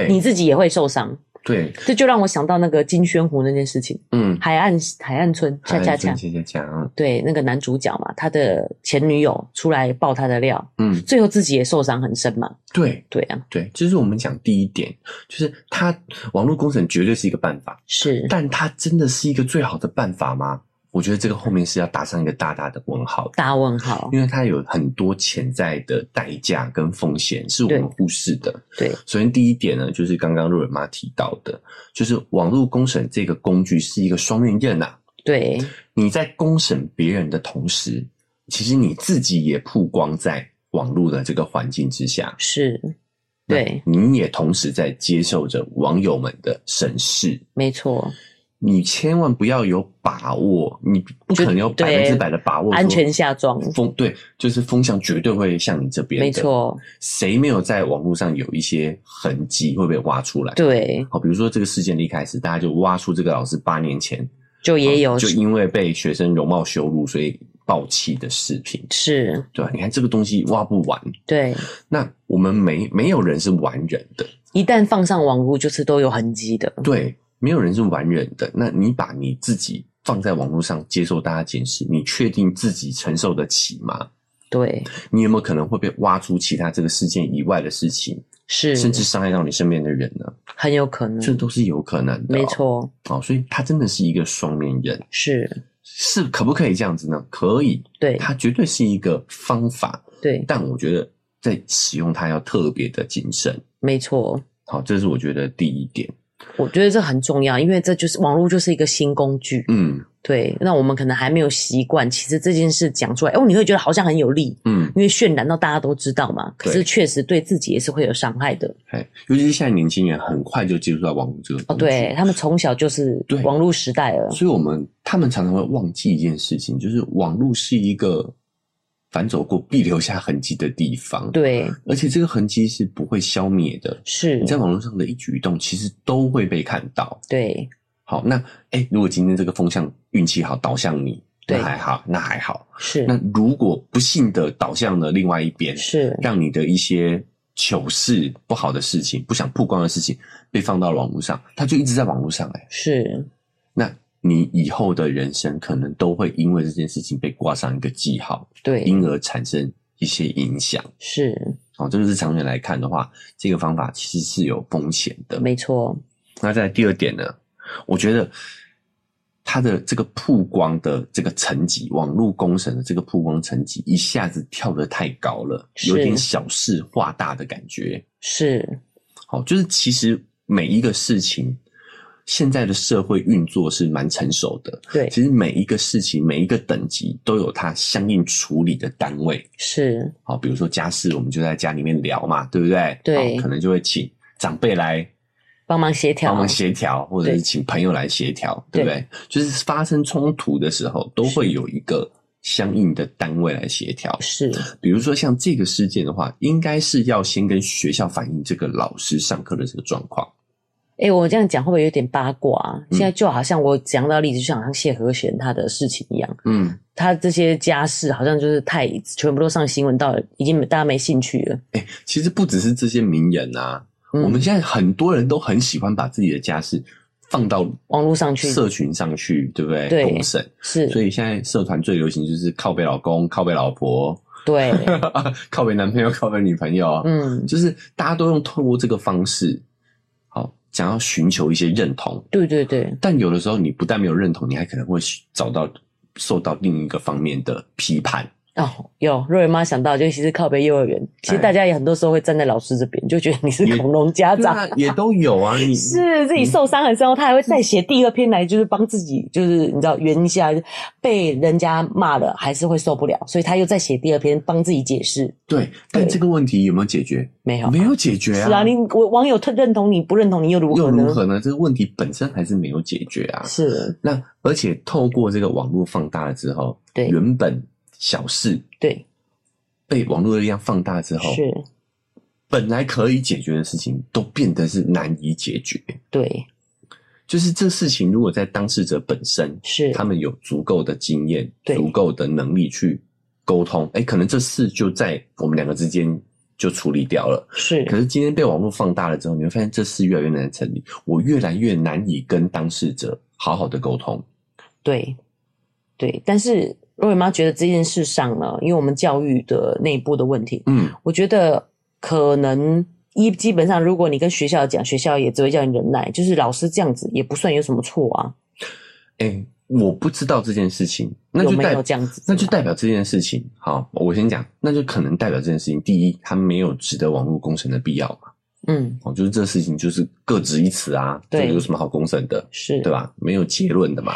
A: 你
B: 对
A: 自己也会受伤。
B: 对，
A: 这就让我想到那个金宣湖那件事情，
B: 嗯，哎
A: 海岸海岸村恰恰恰，
B: 谢谢讲，
A: 对那个男主角嘛，他的前女友出来爆他的料，
B: 嗯，
A: 最后自己也受伤很深嘛。
B: 对
A: 对啊，
B: 对，这是我们讲第一点，就是它网络工程绝对是一个办法，
A: 是
B: 但它真的是一个最好的办法吗？我觉得这个后面是要打上一个大大的问号的。
A: 大问号。
B: 因为它有很多潜在的代价跟风险是我们忽视的。
A: 对，
B: 首先第一点呢，就是刚刚若尔妈提到的，就是网络公审这个工具是一个双面刃啊。
A: 对，
B: 你在公审别人的同时，其实你自己也曝光在网络的这个环境之下，
A: 是，对，
B: 那你也同时在接受着网友们的审视。
A: 没错，
B: 你千万不要有把握，你不可能有
A: 就
B: 百分
A: 对
B: 之百的把握说
A: 安全下装，
B: 风对，就是风向绝对会向你这边的。
A: 没错，
B: 谁没有在网络上有一些痕迹会被挖出来？，
A: 对，
B: 好，比如说这个事件的一开始，大家就挖出这个老师八年前
A: 就也有
B: 哦就因为被学生容貌羞辱，所以爆气的视频，
A: 是，
B: 对吧？你看这个东西挖不完，
A: 对，
B: 那我们没没有人是完人的，
A: 一旦放上网络，就是都有痕迹的，
B: 对，没有人是完人的。那你把你自己放在网络上接受大家检视，你确定自己承受得起吗？
A: 对，
B: 你有没有可能会被挖出其他这个事件以外的事情，
A: 是，
B: 甚至伤害到你身边的人呢？
A: 很有可能，
B: 这都是有可能的、
A: 没。错，
B: 哦，所以他真的是一个双面人，
A: 是，
B: 是可不可以这样子呢？可以，
A: 对，
B: 它绝对是一个方法，
A: 对，
B: 但我觉得在使用它要特别的谨慎。
A: 没错，
B: 好，这是我觉得第一点。
A: 我觉得这很重要，因为这就是网络就是一个新工具，
B: 嗯
A: 对，那我们可能还没有习惯，其实这件事讲出来，哦，你会觉得好像很有力。
B: 嗯，
A: 因为渲染到大家都知道嘛，可是
B: 对
A: 确实对自己也是会有伤害的
B: 哎，尤其是现在年轻人很快就接触到网络这个
A: 哦。
B: 工具
A: 对，他们从小就是
B: 对
A: 网络时代了，
B: 所以我们他们常常会忘记一件事情，就是网络是一个反走过必留下痕迹的地方，，
A: 对，
B: 而且这个痕迹是不会消灭的。
A: 是
B: 你，在网络上的一举一动，其实都会被看到。
A: 对，
B: 好，那哎、诶如果今天这个风向运气好倒向你，那
A: 对
B: 还好，那还好。
A: 是
B: 那如果不幸的倒向了另外一边，
A: 是
B: 让你的一些糗事、不好的事情、不想曝光的事情被放到网络上，它就一直在网络上、哎，
A: 是，
B: 那你以后的人生可能都会因为这件事情被挂上一个记号，
A: 对，
B: 因而产生一些影响。
A: 是
B: 哦，这就是长远来看的话，这个方法其实是有风险的。
A: 没错，
B: 那在第二点呢，我觉得它的这个曝光的这个层级，网络工程的这个曝光层级一下子跳得太高了，
A: 是
B: 有点小事化大的感觉。
A: 是
B: 好，就是其实每一个事情，现在的社会运作是蛮成熟的。
A: 对，
B: 其实每一个事情，每一个等级都有它相应处理的单位。
A: 是
B: 好，比如说家事，我们就在家里面聊嘛，对不对？
A: 对
B: 好可能就会请长辈来
A: 帮忙协调，
B: 帮忙协调，或者
A: 对
B: 是请朋友来协调，对不对？就是发生冲突的时候，都会有一个相应的单位来协调。
A: 是
B: 比如说像这个事件的话，应该是要先跟学校反映这个老师上课的这个状况。
A: 哎、我这样讲会不会有点八卦、啊？
B: 嗯
A: 现在就好像我讲到例子，就好像谢和弦他的事情一样，
B: 嗯，
A: 他这些家事好像就是太全部都上新闻，到了已经大家没兴趣了。
B: 哎，其实不只是这些名人啊，
A: 嗯
B: 我们现在很多人都很喜欢把自己的家事放到
A: 网络上去
B: 社群上去，对不对？
A: 对
B: 公审。
A: 是
B: 所以现在社团最流行就是靠背老公、靠背老婆、 (laughs)
A: 对，
B: 靠背男朋友、靠背女朋友，
A: 嗯，
B: 就是大家都用透过这个方式，好想要寻求一些认同。
A: 对对对，
B: 但有的时候你不但没有认同，你还可能会找到受到另一个方面的批判。
A: 哦，有若瑞妈想到，就其实靠北幼儿园，其实
B: 哎
A: 大家也很多时候会站在老师这边，就觉得你是
B: 也
A: 恐龙家
B: 对
A: 长。
B: 啊，也都有啊，你
A: 是自己受伤很深后，他还会再写第二篇来，就是帮自己，就是你知道圆一下，被人家骂了还是会受不了，所以他又再写第二篇帮自己解释。
B: 对，但
A: 对
B: 这个问题有没有解决？
A: 没有，
B: 没有解决啊！
A: 是啊，你我网友特认同你不认同你又如
B: 又
A: 何呢？
B: 如何呢？这个问题本身还是没有解决啊。
A: 是，
B: 那而且透过这个网络放大了之后，
A: 对
B: 原本小事
A: 对，
B: 被网络的力量放大之后，
A: 是，
B: 本来可以解决的事情都变得是难以解决。
A: 对，
B: 就是这事情，如果在当事者本身，
A: 是，
B: 他们有足够的经验、
A: 对
B: 足够的能力去沟通，哎，可能这事就在我们两个之间就处理掉了。
A: 是
B: 可，是今天被网络放大了之后，你会发现这事越来越难成立，我越来越难以跟当事者好好的沟通。
A: 对，对。但是若瑞妈觉得这件事上呢，因为我们教育的内部的问题，
B: 嗯，
A: 我觉得可能一基本上，如果你跟学校讲，学校也只会叫你忍耐，就是老师这样子也不算有什么错啊，
B: 哎，我不知道这件事情，那
A: 有
B: 就
A: 没
B: 代
A: 有这样子？
B: 那就代表这件事情，好，我先讲，那就可能代表这件事情，第一，它没有值得网络工程的必要嘛，
A: 嗯，
B: 哦，就是这事情就是各执一词啊，
A: 对
B: 这个有什么好工程的，
A: 是，
B: 对吧？没有结论的
A: (laughs)
B: 嘛，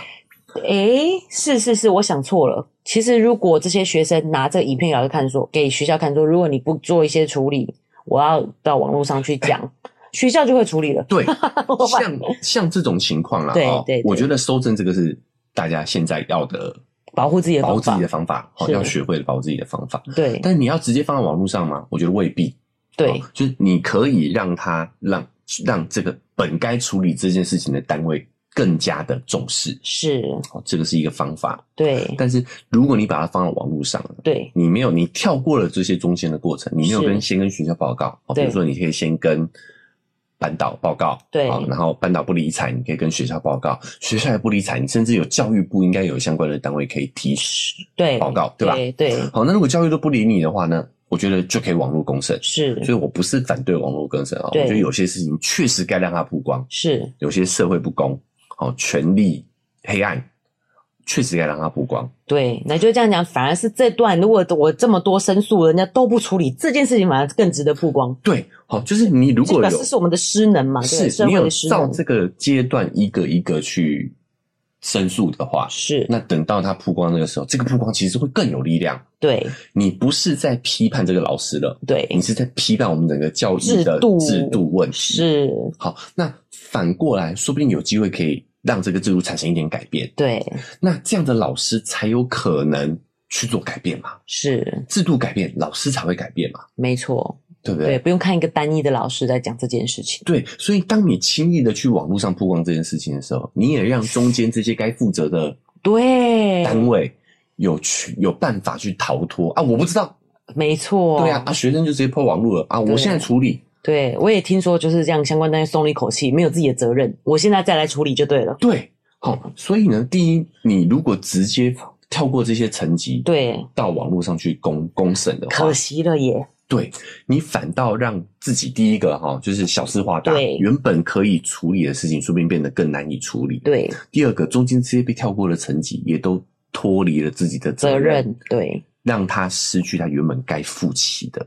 A: 诶，是是是，我想错了。其实如果这些学生拿这个影片给老师看说，给学校看说，如果你不做一些处理，我要到网络
B: (laughs)
A: 上去讲，学校就会处理了。
B: 对，
A: 我把
B: 像像这种情况啦，
A: 对
B: 哦
A: 对对
B: 我觉得收正这个是大家现在要的
A: 保护自己的
B: 保护
A: 方
B: 自
A: 法
B: 己的方法，哦，
A: 是
B: 要学会保护自己的方法，
A: 对
B: 但你要直接放到网络上吗？我觉得未必，
A: 对
B: 哦，就是你可以让他让让这个本该处理这件事情的单位更加的重视，
A: 是，
B: 哦，这个是一个方法。
A: 对
B: 但是如果你把它放到网络上了，
A: 对
B: 你没有你跳过了这些中间的过程，你没有
A: 是
B: 跟先跟学校报告，哦，比
A: 对
B: 如说你可以先跟班导报告，
A: 对
B: 哦然后班导不理睬，你可以跟学校报告，学校也不理睬你，甚至有教育部应该有相关的单位可以提
A: 对，
B: 报告，对吧？
A: 对对
B: 好，那如果教育都不理你的话呢，我觉得就可以网络公审。
A: 是
B: 所以我不是反对网络公审啊，我
A: 嗯对
B: 觉得有些事情确实该让它曝光，
A: 是
B: 有些社会不公，哦，权力黑暗，确实该让它曝光。
A: 对，那就这样讲，反而是这段如果我这么多申诉，人家都不处理这件事情，反而更值得曝光。
B: 对，好，就是你如
A: 这
B: 果
A: 表
B: 有
A: 示是我们的失能嘛，对，
B: 是
A: 社
B: 你
A: 会
B: 有
A: 的失
B: 照
A: 能
B: 这个阶段一个一个去申诉的话，
A: 是，
B: 那等到它曝光那个时候，这个曝光其实会更有力量。
A: 对
B: 你不是在批判这个老师了，你
A: 对
B: 是在批判我们整个教育的
A: 制度
B: 制度问题。
A: 是，
B: 好，那反过来，说不定有机会可以让这个制度产生一点改变。
A: 对
B: 那这样的老师才有可能去做改变嘛？
A: 是，
B: 制度改变，老师才会改变嘛？
A: 没错，
B: 对不
A: 对，
B: 对？
A: 不用看一个单一的老师在讲这件事情。
B: 对，所以当你轻易的去网络上曝光这件事情的时候，你也让中间这些该负责的
A: 对，
B: 单位有去有办法去逃脱啊！我不知道，
A: 没错，
B: 对啊，啊，学生就直接破网络了啊！
A: 哦对
B: 我现在处理，
A: 对，我也听说就是这样，相关单位松了一口气，没有自己的责任，我现在再来处理就对了。
B: 对，好、所以呢，第一，你如果直接跳过这些层级，，
A: 对，
B: 到网络上去公公审的话
A: 可，惜了耶。
B: 对你反倒让自己第一个哈、就是小事化大
A: 对，
B: 原本可以处理的事情，说不定变得更难以处理。，
A: 对，
B: 第二个，中间这些被跳过的层级也都脱离了自己的
A: 责
B: 责任，
A: 任，对，
B: 让他失去他原本该负起的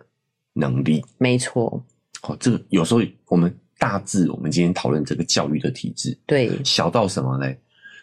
B: 能力。
A: 没错，
B: 好、这个有时候我们大致我们今天讨论整个教育的体制，
A: 对，
B: 小到什么嘞？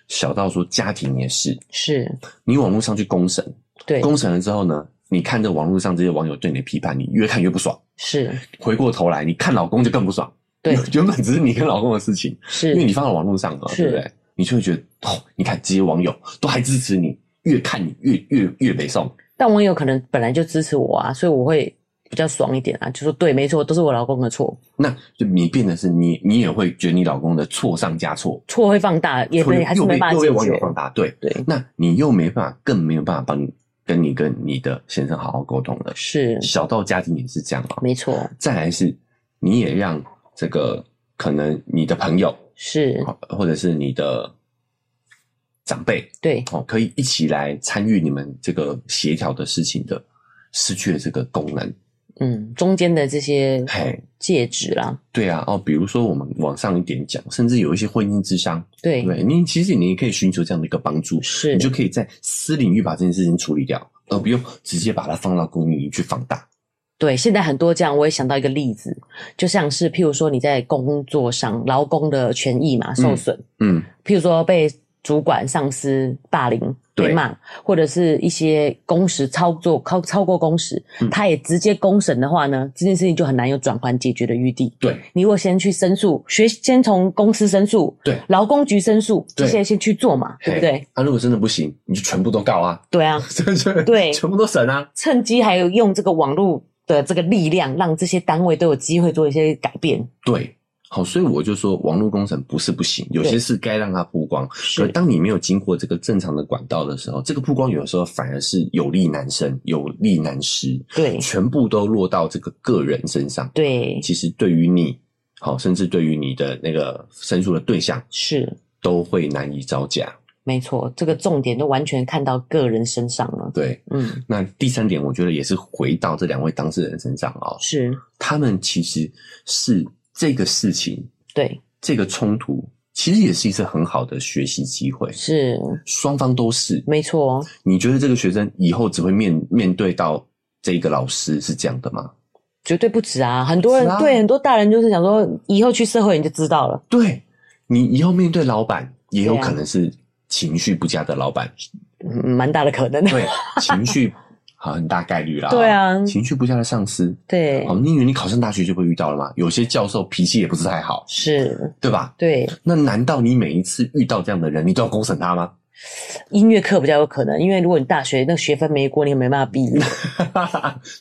B: 小到说家庭也是，
A: 是，
B: 你网络上去公审，
A: 对，
B: 公审了之后呢，你看着网络上这些网友对你的批判，你越看越不爽。
A: 是，
B: 回过头来，你看老公就更不爽。
A: 对，
B: (laughs) 原本只是你跟老公的事情，因为
A: 是，
B: 你放到网络上嘛，
A: 是
B: 对不对？你就会觉得哦，你看这些网友都还支持你，越看你越越越北宋。
A: 但网友可能本来就支持我啊，所以我会比较爽一点啊，就说对，没错，都是我老公的错，
B: 那就你变得是你，你也会觉得你老公的错上加错，
A: 错会放大，也
B: 错
A: 没
B: 又
A: 还是
B: 又
A: 没
B: 被
A: 办法
B: 又被
A: 解
B: 网友
A: 决。
B: 放大，对
A: 对，
B: 那你又没办法，更没有办法帮你跟你跟你的先生好好沟通了。
A: 是，
B: 小到家庭也是这样啊，
A: 没错，
B: 再来是，你也让这个可能你的朋友，
A: 是，
B: 好或者是你的长辈，
A: 对，
B: 哦，可以一起来参与你们这个协调的事情的，失去了这个功能。
A: 嗯，中间的这些
B: 嘿，
A: 戒指啦，
B: 对啊，哦，比如说我们往上一点讲，甚至有一些婚姻之商，
A: 对，
B: 对你其实你也可以寻求这样的一个帮助，
A: 是
B: 你，就可以在私领域把这件事情处理掉，而不用直接把它放到公领域去放大。
A: 对，现在很多这样，我也想到一个例子，就像是譬如说你在工作上劳工的权益嘛受损，
B: 嗯，
A: 譬如说被主管、上司霸凌、
B: 对
A: 被骂，或者是一些工时操作超超过工时，
B: 嗯
A: 他也直接公审的话呢，这件事情就很难有转换解决的余地。
B: 对
A: 你如果先去申诉，学先从公司申诉，
B: 对。
A: 劳工局申诉，这
B: 对
A: 些先去做嘛，对不对
B: 嘿？？啊，如果真的不行，你就全部都告啊， (laughs)
A: 对啊，
B: 这这
A: 对
B: 全部都省啊。
A: 趁机还有用这个网络的这个力量，让这些单位都有机会做一些改变。
B: 对，好，所以我就说，网络工程不是不行，有些事该让它曝光。
A: 是
B: 可当你没有经过这个正常的管道的时候，这个曝光有时候反而是有利难伸，有利难施，
A: 对
B: 全部都落到这个个人身上。
A: 对，
B: 其实对于你，好，甚至对于你的那个申诉的对象，
A: 是
B: 都会难以招架。
A: 没错，这个重点都完全看到个人身上了。
B: 对，
A: 嗯，
B: 那第三点，我觉得也是回到这两位当事人身上啊、
A: 是
B: 他们其实是这个事情
A: 对，
B: 这个冲突其实也是一次很好的学习机会，
A: 是
B: 双方都是。
A: 没错。哦
B: 你觉得这个学生以后只会面面对到这个老师是这样的吗？
A: 绝对不止啊！很多人、
B: 是啊
A: 对很多大人就是想说，以后去社会你就知道了。
B: 对你以后面对老板，也有
A: 对啊
B: 可能是情绪不佳的老板，
A: 嗯，蛮大的 (laughs) 可能。
B: 对情绪好很大概率啦。哦
A: 对啊
B: 情绪不佳的上司。
A: 对
B: 哦，你以为你考上大学就会遇到了吗？有些教授脾气也不是太好，
A: 是，
B: 对吧？
A: 对
B: 那难道你每一次遇到这样的人，你都要公审他吗？ (laughs)
A: 音乐课比较有可能，因为如果你大学那个学分没过，你也没办法毕业。 (laughs)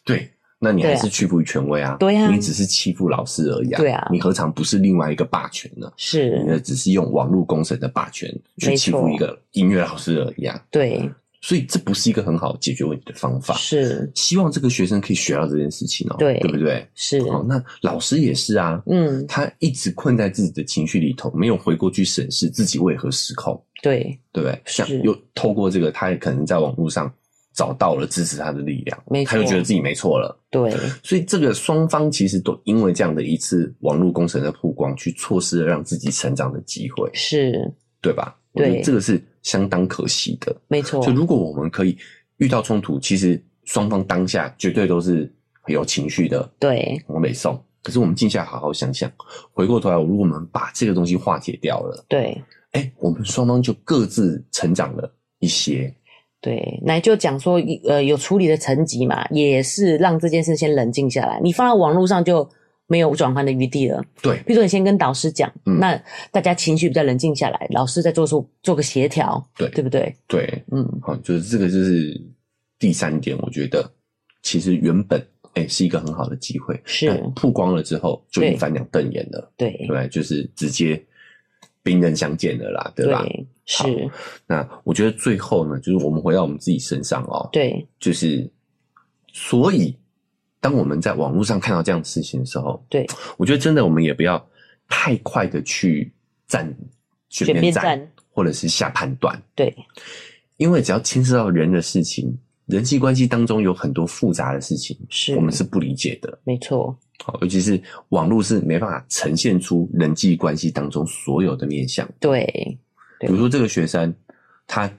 B: 对，那你
A: 对
B: 还
A: 啊
B: 是屈服于权威啊，
A: 对啊
B: 你只是欺负老师而已啊，
A: 对啊
B: 你何尝不是另外一个霸权呢？你
A: 是，
B: 呢，只是用网络工程的霸权去
A: 没
B: 欺
A: 错
B: 负一个音乐老师而已啊，
A: 对，
B: 所以这不是一个很好解决问题的方法。
A: 是
B: 希望这个学生可以学到这件事情哦，
A: 对
B: 不对？
A: 是，
B: 哦，那老师也是啊，
A: 嗯，
B: 他一直困在自己的情绪里头，没有回过去审视自己为何失控，
A: 对，
B: 对不对？像
A: 是
B: 又透过这个，他也可能在网络上找到了支持他的力量，
A: 没错
B: 他就觉得自己没错了。
A: 对，
B: 所以这个双方其实都因为这样的一次网络工程的曝光，去错失了让自己成长的机会，
A: 是，
B: 对吧？
A: 对
B: 我觉得这个是相当可惜的。
A: 没错
B: 就，如果我们可以遇到冲突，其实双方当下绝对都是有情绪的，
A: 对，
B: 我没送。可是我们静下来好好想想，回过头来，如果我们把这个东西化解掉了，
A: 对，
B: 哎，我们双方就各自成长了一些。
A: 对，奶就讲说，呃，有处理的层级嘛，也是让这件事先冷静下来。你放到网络上就没有转换的余地了。
B: 对
A: 比如说，你先跟导师讲，
B: 嗯
A: 那大家情绪比较冷静下来，老师再做出做个协调，
B: 对
A: 对不对？
B: 对，
A: 嗯，
B: 好，就是这个就是第三点，我觉得其实原本哎、是一个很好的机会。
A: 是
B: 但曝光了之后就
A: 对
B: 一翻两瞪眼了，
A: 对
B: 对，就是直接兵刃相见了啦，对吧？
A: 对，是，
B: 那我觉得最后呢，就是我们回到我们自己身上哦，
A: 对，
B: 就是所以，当我们在网络上看到这样的事情的时候，
A: 对，
B: 我觉得真的我们也不要太快的去站
A: 选
B: 选边
A: 边
B: 站
A: 站，
B: 或者是下判断，
A: 对，
B: 因为只要牵涉到人的事情，人际关系当中有很多复杂的事情，
A: 是，
B: 我们是不理解的。
A: 没错，
B: 好，尤其是网络是没办法呈现出人际关系当中所有的面相。
A: 对，
B: 比
A: 对
B: 如说这个学生，他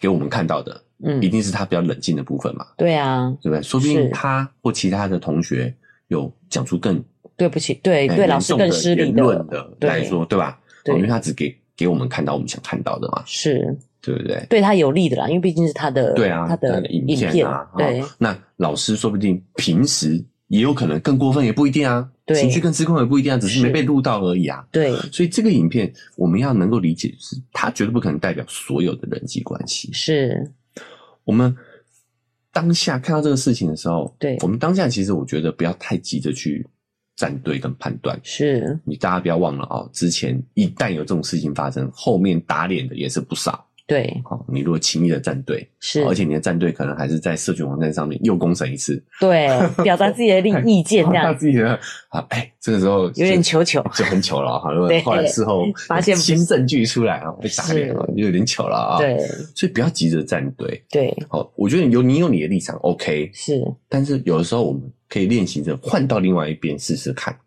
B: 给我们看到的，
A: 嗯
B: 一，定是他比较冷静的部分嘛，
A: 对啊，
B: 对不对？说不定
A: 是
B: 他或其他的同学有讲出更
A: 对不起，对
B: 哎
A: 对，老
B: 严
A: 师
B: 重
A: 更
B: 的
A: 失礼
B: 言论的来
A: 对
B: 说，对吧？
A: 对
B: 哦因为他只给给我们看到我们想看到的嘛，
A: 是
B: 对不对？
A: 对他有利的啦，因为毕竟是他的，
B: 对啊，
A: 呃他的
B: 影
A: 影
B: 片啊，哦
A: 对，
B: 那老师说不定平时也有可能更过分，也不一定啊，
A: 对
B: 情绪更失控也不一定啊，只是没
A: 是
B: 被录到而已啊。
A: 对，
B: 所以这个影片我们要能够理解，就是它绝对不可能代表所有的人际关系。
A: 是，
B: 我们当下看到这个事情的时候，
A: 对
B: 我们当下其实我觉得不要太急着去站队跟判断。
A: 是，
B: 你大家不要忘了哦，之前一旦有这种事情发生，后面打脸的也是不少。
A: 对，
B: 哦，你如果轻易的站队，哦
A: 是，
B: 而且你的站队可能还是在社群网站上面又公审一次，
A: 对，表达自己的
B: (laughs) 哎
A: 利意见这
B: 他
A: 样子，
B: 自己的啊，哎，这个时候
A: 有点糗
B: 就
A: 糗
B: 就很糗
A: (laughs)
B: 了哈。哦如果
A: 对
B: 后来事后
A: 发现不是
B: 新证据出来啊，被打脸了，就有点糗了啊。，
A: 对
B: 所以不要急着站队。
A: 对
B: 好，我觉得有你有你的立场，OK，
A: 是，
B: 但是有的时候我们可以练习着换到另外一边试试看。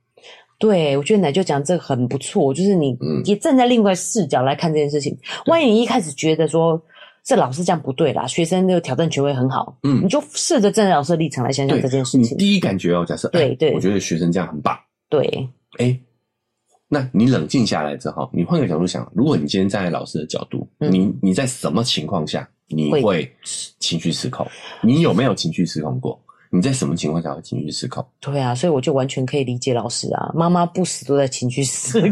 A: 对，我觉得奶就讲这个很不错，就是你
B: 嗯
A: 也站在另外视角来看这件事情。万一你一开始觉得说这老师这样不对啦，学生的挑战权威很好，
B: 嗯
A: 你，就试着站在老师的立场来想想
B: 对
A: 这件事
B: 你
A: 情。
B: 第一感觉哦，假设哎
A: 对对
B: 我觉得学生这样很棒，
A: 对，
B: 哎，那你冷静下来之后，你换个角度想，如果你今天站在老师的角度，
A: 嗯
B: 你你在什么情况下你
A: 会
B: 会情绪失控？你有没有情绪失控过？你在什么情况下会情绪失控？
A: 对啊，所以我就完全可以理解老师啊，妈妈不死都在情绪失
B: (laughs)
A: 控。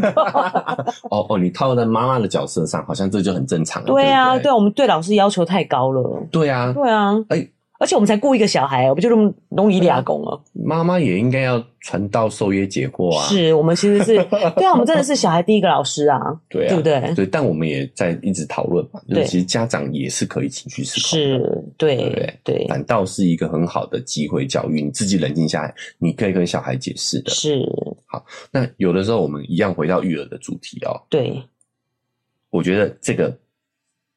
B: 哦哦，你套在妈妈的角色上，好像这就很正常了。
A: 对啊，对
B: 对不
A: 啊，我们对老师要求太高了。
B: 对对啊，
A: 对啊，
B: 哎
A: 而且我们才雇一个小孩，我们就那么弄一俩工了。
B: 妈妈也应该要传道授业解惑啊。，
A: 是我们其实
B: (laughs)
A: 是，对啊，我们真的是小孩第一个老师啊，
B: 对啊，
A: 对不对？
B: 对，但我们也在一直讨论嘛，就是
A: 对
B: 其实家长也是可以情绪失控的。
A: 是，对
B: 对不对
A: 对
B: 反倒是一个很好的机会教育，你自己冷静下来，你可以跟小孩解释的。
A: 是，
B: 那有的时候我们一样回到育儿的主题哦，
A: 对，
B: 我觉得这个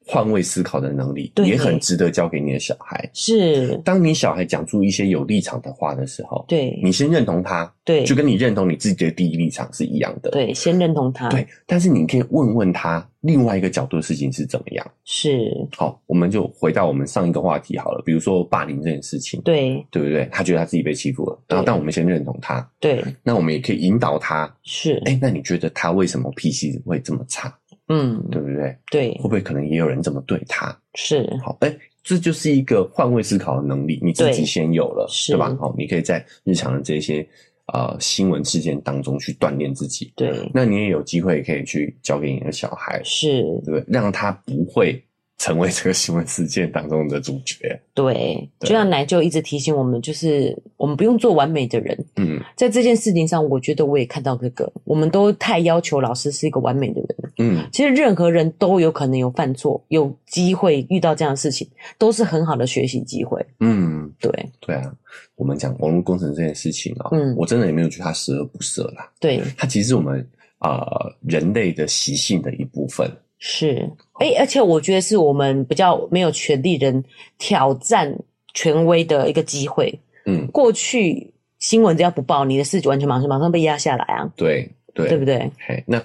B: 换位思考的能力
A: 对
B: 也很值得教给你的小孩。
A: 是，
B: 当你小孩讲出一些有立场的话的时候，
A: 对，
B: 你先认同他，
A: 对，
B: 就跟你认同你自己的第一立场是一样的。
A: 对，先认同他，
B: 对，但是你可以问问他另外一个角度的事情是怎么样。
A: 是，
B: 好，我们就回到我们上一个话题好了，比如说霸凌这件事情，
A: 对，
B: 对不对？他觉得他自己被欺负了，然后
A: 对
B: 但我们先认同他，
A: 对，
B: 那我们也可以引导他。
A: 是，
B: 哎，那你觉得他为什么脾气会这么差，
A: 嗯，
B: 对不对？
A: 对
B: 会，不会可能也有人这么对他？
A: 是，
B: 好，哎，这就是一个换位思考的能力，你自己
A: 对
B: 先有了，
A: 是
B: 对吧？好，你可以在日常的这些呃新闻事件当中去锻炼自己。
A: 对，
B: 那你也有机会可以去教给你的小孩，
A: 是，
B: 对不对？让他不会成为这个新闻事件当中的主角。
A: 对，
B: 对
A: 就像奶就一直提醒我们，就是我们不用做完美的人，
B: 嗯
A: 在这件事情上，我觉得我也看到这个，我们都太要求老师是一个完美的人。
B: 嗯，
A: 其实任何人都有可能有犯错，有机会遇到这样的事情，都是很好的学习机会。
B: 嗯，
A: 对，
B: 对啊，我们讲网络工程这件事情啊、
A: 嗯
B: 我真的也没有觉得它十恶不赦啦，
A: 对，
B: 它其实是我们呃人类的习性的一部分。
A: 是，
B: 哦
A: 哎、而且我觉得是我们比较没有权利人挑战权威的一个机会。
B: 嗯，
A: 过去新闻只要不报，你的事就完全马上马上被压下来啊，
B: 对对，
A: 对不对？
B: 嘿，那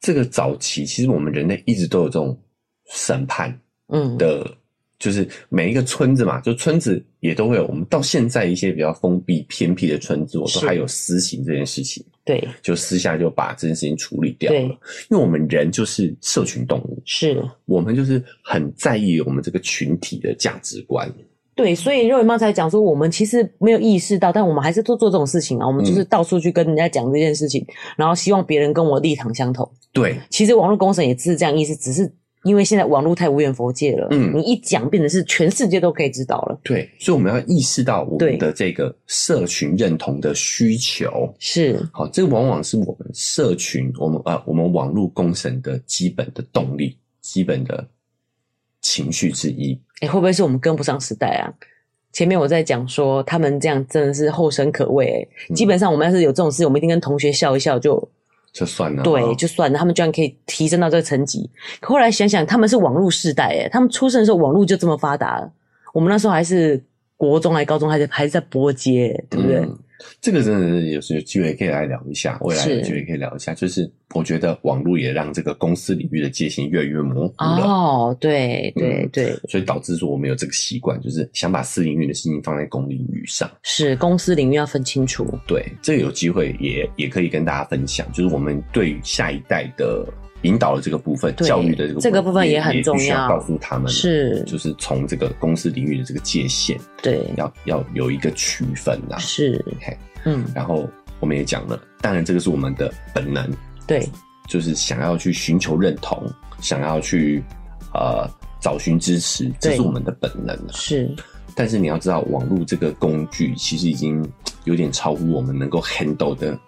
B: 这个早期其实我们人类一直都有这种审判
A: 嗯，
B: 的，就是每一个村子嘛，就村子也都会有。我们到现在一些比较封闭偏僻的村子，我都
A: 是
B: 还有私刑这件事情，
A: 对，
B: 就私下就把这件事情处理掉了。
A: 对，
B: 因为我们人就是社群动物，
A: 是，
B: 我们就是很在意我们这个群体的价值观。
A: 对，所以肉圆妈才讲说，我们其实没有意识到，但我们还是做做这种事情啊，我们
B: 嗯
A: 就是到处去跟人家讲这件事情，然后希望别人跟我立场相同。
B: 对，
A: 其实网络工程也是这样意思，只是因为现在网络太无远佛界了，
B: 嗯
A: 你一讲变得是全世界都可以知道了，
B: 对，所以我们要意识到我
A: 对
B: 们的这个社群认同的需求。
A: 是
B: 好，这个往往是我们社群，我们啊，我们网络工程的基本的动力、基本的情绪之一。
A: 哎、会不会是我们跟不上时代啊？前面我在讲说，他们这样真的是后生可畏、欸。
B: 嗯
A: 基本上，我们要是有这种事，我们一定跟同学笑一笑就
B: 就算了，哦
A: 对，就算了。他们居然可以提升到这个层级。可后来想想，他们是网络世代、欸，他们出生的时候网络就这么发达了。我们那时候还是国中、还高中，还是还是在波街、欸对不对？
B: 嗯这个真的是有有机会可以来聊一下，未来有
A: 是
B: 机会可以聊一下。就是我觉得网络也让这个公司领域的界限越来越模糊了。
A: 哦，对对
B: 嗯
A: 对，
B: 所以导致说我们有这个习惯，就是想把私领域的事情放在公领域上。
A: 是公司领域要分清楚。
B: 对，这个有机会也也可以跟大家分享，就是我们对于下一代的引导的这个部分，
A: 对
B: 教育的这个
A: 这个部分
B: 也
A: 也很重要
B: 必须告诉他们
A: 是
B: 就是从这个公司领域的这个界限，
A: 对，
B: 要要有一个区分啦。
A: 是，
B: OK，
A: 嗯，
B: 然后我们也讲了，当然这个是我们的本能，
A: 对，
B: 就是想要去寻求认同，想要去呃找寻支持，这
A: 对
B: 是我们的本能啊。
A: 是，
B: 但是你要知道，网络这个工具其实已经有点超乎我们能够 handle 的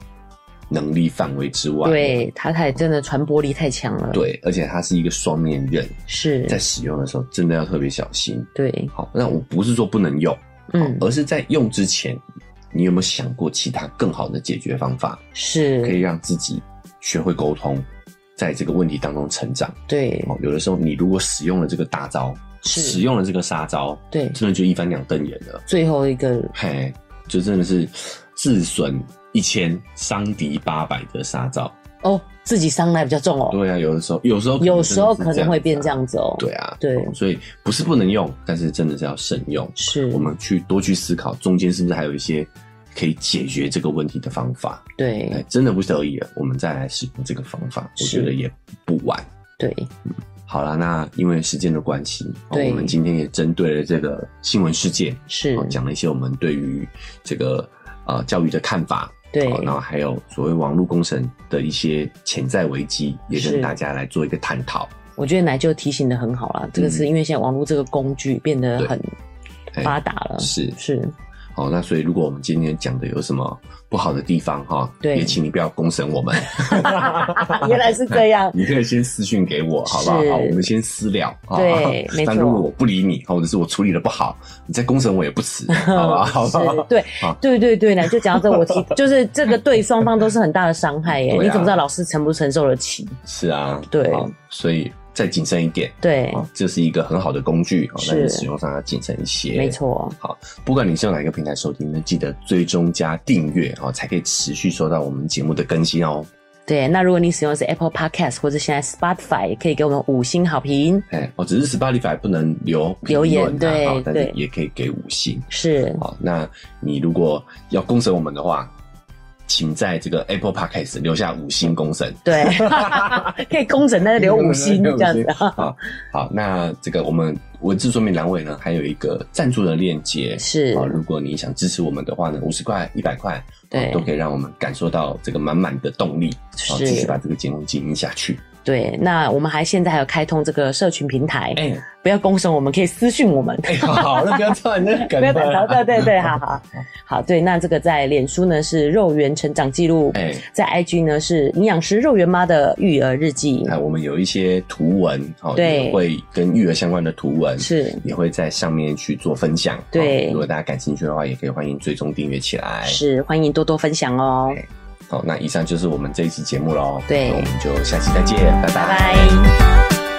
B: 能力范围之外。
A: 对，他太真的传播力太强了。，
B: 对，而且它是一个双面刃，
A: 是，
B: 在使用的时候真的要特别小心。
A: 对，
B: 好，那我不是说不能用，
A: 嗯，
B: 而是在用之前，你有没有想过其他更好的解决方法，可以
A: 是，
B: 让自己学会沟通，在这个问题当中成长？
A: 对，
B: 哦，有的时候你如果使用了这个大招，
A: 是
B: 使用了这个杀招，
A: 对，
B: 真的就一翻两瞪眼了。
A: 最后一个
B: 嘿，就真的是自损一千，伤敌八百的杀招。
A: 哦，自己伤害比较重哦，
B: 对啊，有的时候，有时候可能
A: 有时候可能会变这
B: 真
A: 样子哦。
B: 的是这样子啊。啊对
A: 对
B: 啊，所以不是不能用，但是真的是要慎用。
A: 是，
B: 我们去多去思考，中间是不是还有一些可以解决这个问题的方法？哎
A: 对，
B: 真的不得已了，我们再来使用这个方法，
A: 嗯
B: 我
A: 是
B: 觉得也不晚。
A: 对，
B: 好啦，那因为时间的关系，哦
A: 对嗯
B: 我们今天也针对了这个新闻事件，
A: 是
B: 哦，讲了一些我们对于这个呃教育的看法，
A: 对
B: 哦好，然后还有所谓网络工程的一些潜在危机，也
A: 是
B: 跟大家来做一个探讨。
A: 我觉得奶就提醒的很好啦，这个是因为现在网络这个工具变得
B: 嗯对
A: 很
B: 哎
A: 发达了，
B: 是 (laughs)
A: 是，
B: 好，那所以如果我们今天讲的有什么不好的地方哈，
A: 对
B: 也请你不要公审我们，
A: 原来是这样，
B: 你可以先私讯给我，好不好？
A: 是
B: 好，我们先私聊。好
A: 对没错
B: 那如果我不理你，或者是我处理的不好，你再公审我也不迟，
A: (laughs)
B: 好不好？好不
A: 是
B: 好？啊
A: 对
B: 好
A: 对对对，奶就讲到这，我
B: (laughs)
A: 提就是这个对双方都是很大的伤害耶，
B: 对啊
A: 你怎么知道老师承不承受得起？
B: (laughs) 是啊，
A: 对
B: 好所以再谨慎一点。
A: 对，
B: 哦，这是一个很好的工具，哦，
A: 是
B: 但是使用上要谨慎一些。
A: 没，错，
B: 不管你是用哪一个平台收听，呢，记得追踪加订阅哦，才可以持续收到我们节目的更新哦。
A: 对。那如果你使用的是 Apple Podcast 或者现在 Spotify，也可以给我们五星好评，
B: 哎，哦，只是 Spotify 不能留评
A: 留言
B: 论啊
A: 对
B: 哦但是
A: 对
B: 也可以给五星。
A: 是
B: 好，那你如果要公审我们的话，请在这个 Apple Podcast 留下五星公审。 (laughs)
A: 对，可以工整，但是留五星这样子。
B: 好，好，那这个我们文字说明栏位呢，还有一个赞助的链接，
A: 是
B: 啊、如果你想支持我们的话呢，五十块、一百块，啊
A: 对
B: 都可以让我们感受到这个满满的动力，啊，
A: 是
B: 继续把这个节目经营下去。
A: 对，那我们还现在还有开通这个社群平台，
B: 哎、
A: 不要工审，我们可以私讯
B: (laughs)
A: 我们。
B: 哎、好，那不要唱你那个梗哎
A: 不要
B: 了，
A: 等到，对对对，好好好，对，那这个在脸书呢是肉圆成长记录，
B: 哎
A: 在 IG 呢是营养师肉圆妈的育儿日记，
B: 哎，我们有一些图文，好、
A: 对
B: 也会跟育儿相关的图文，
A: 是
B: 也会在上面去做分享。哦
A: 对
B: 好如果大家感兴趣的话，也可以欢迎追踪订阅起来。
A: 是欢迎多多分享哦，
B: 哎好，那以上就是我们这一期节目喽。
A: 对
B: 那我们就下期再见，拜
A: 拜拜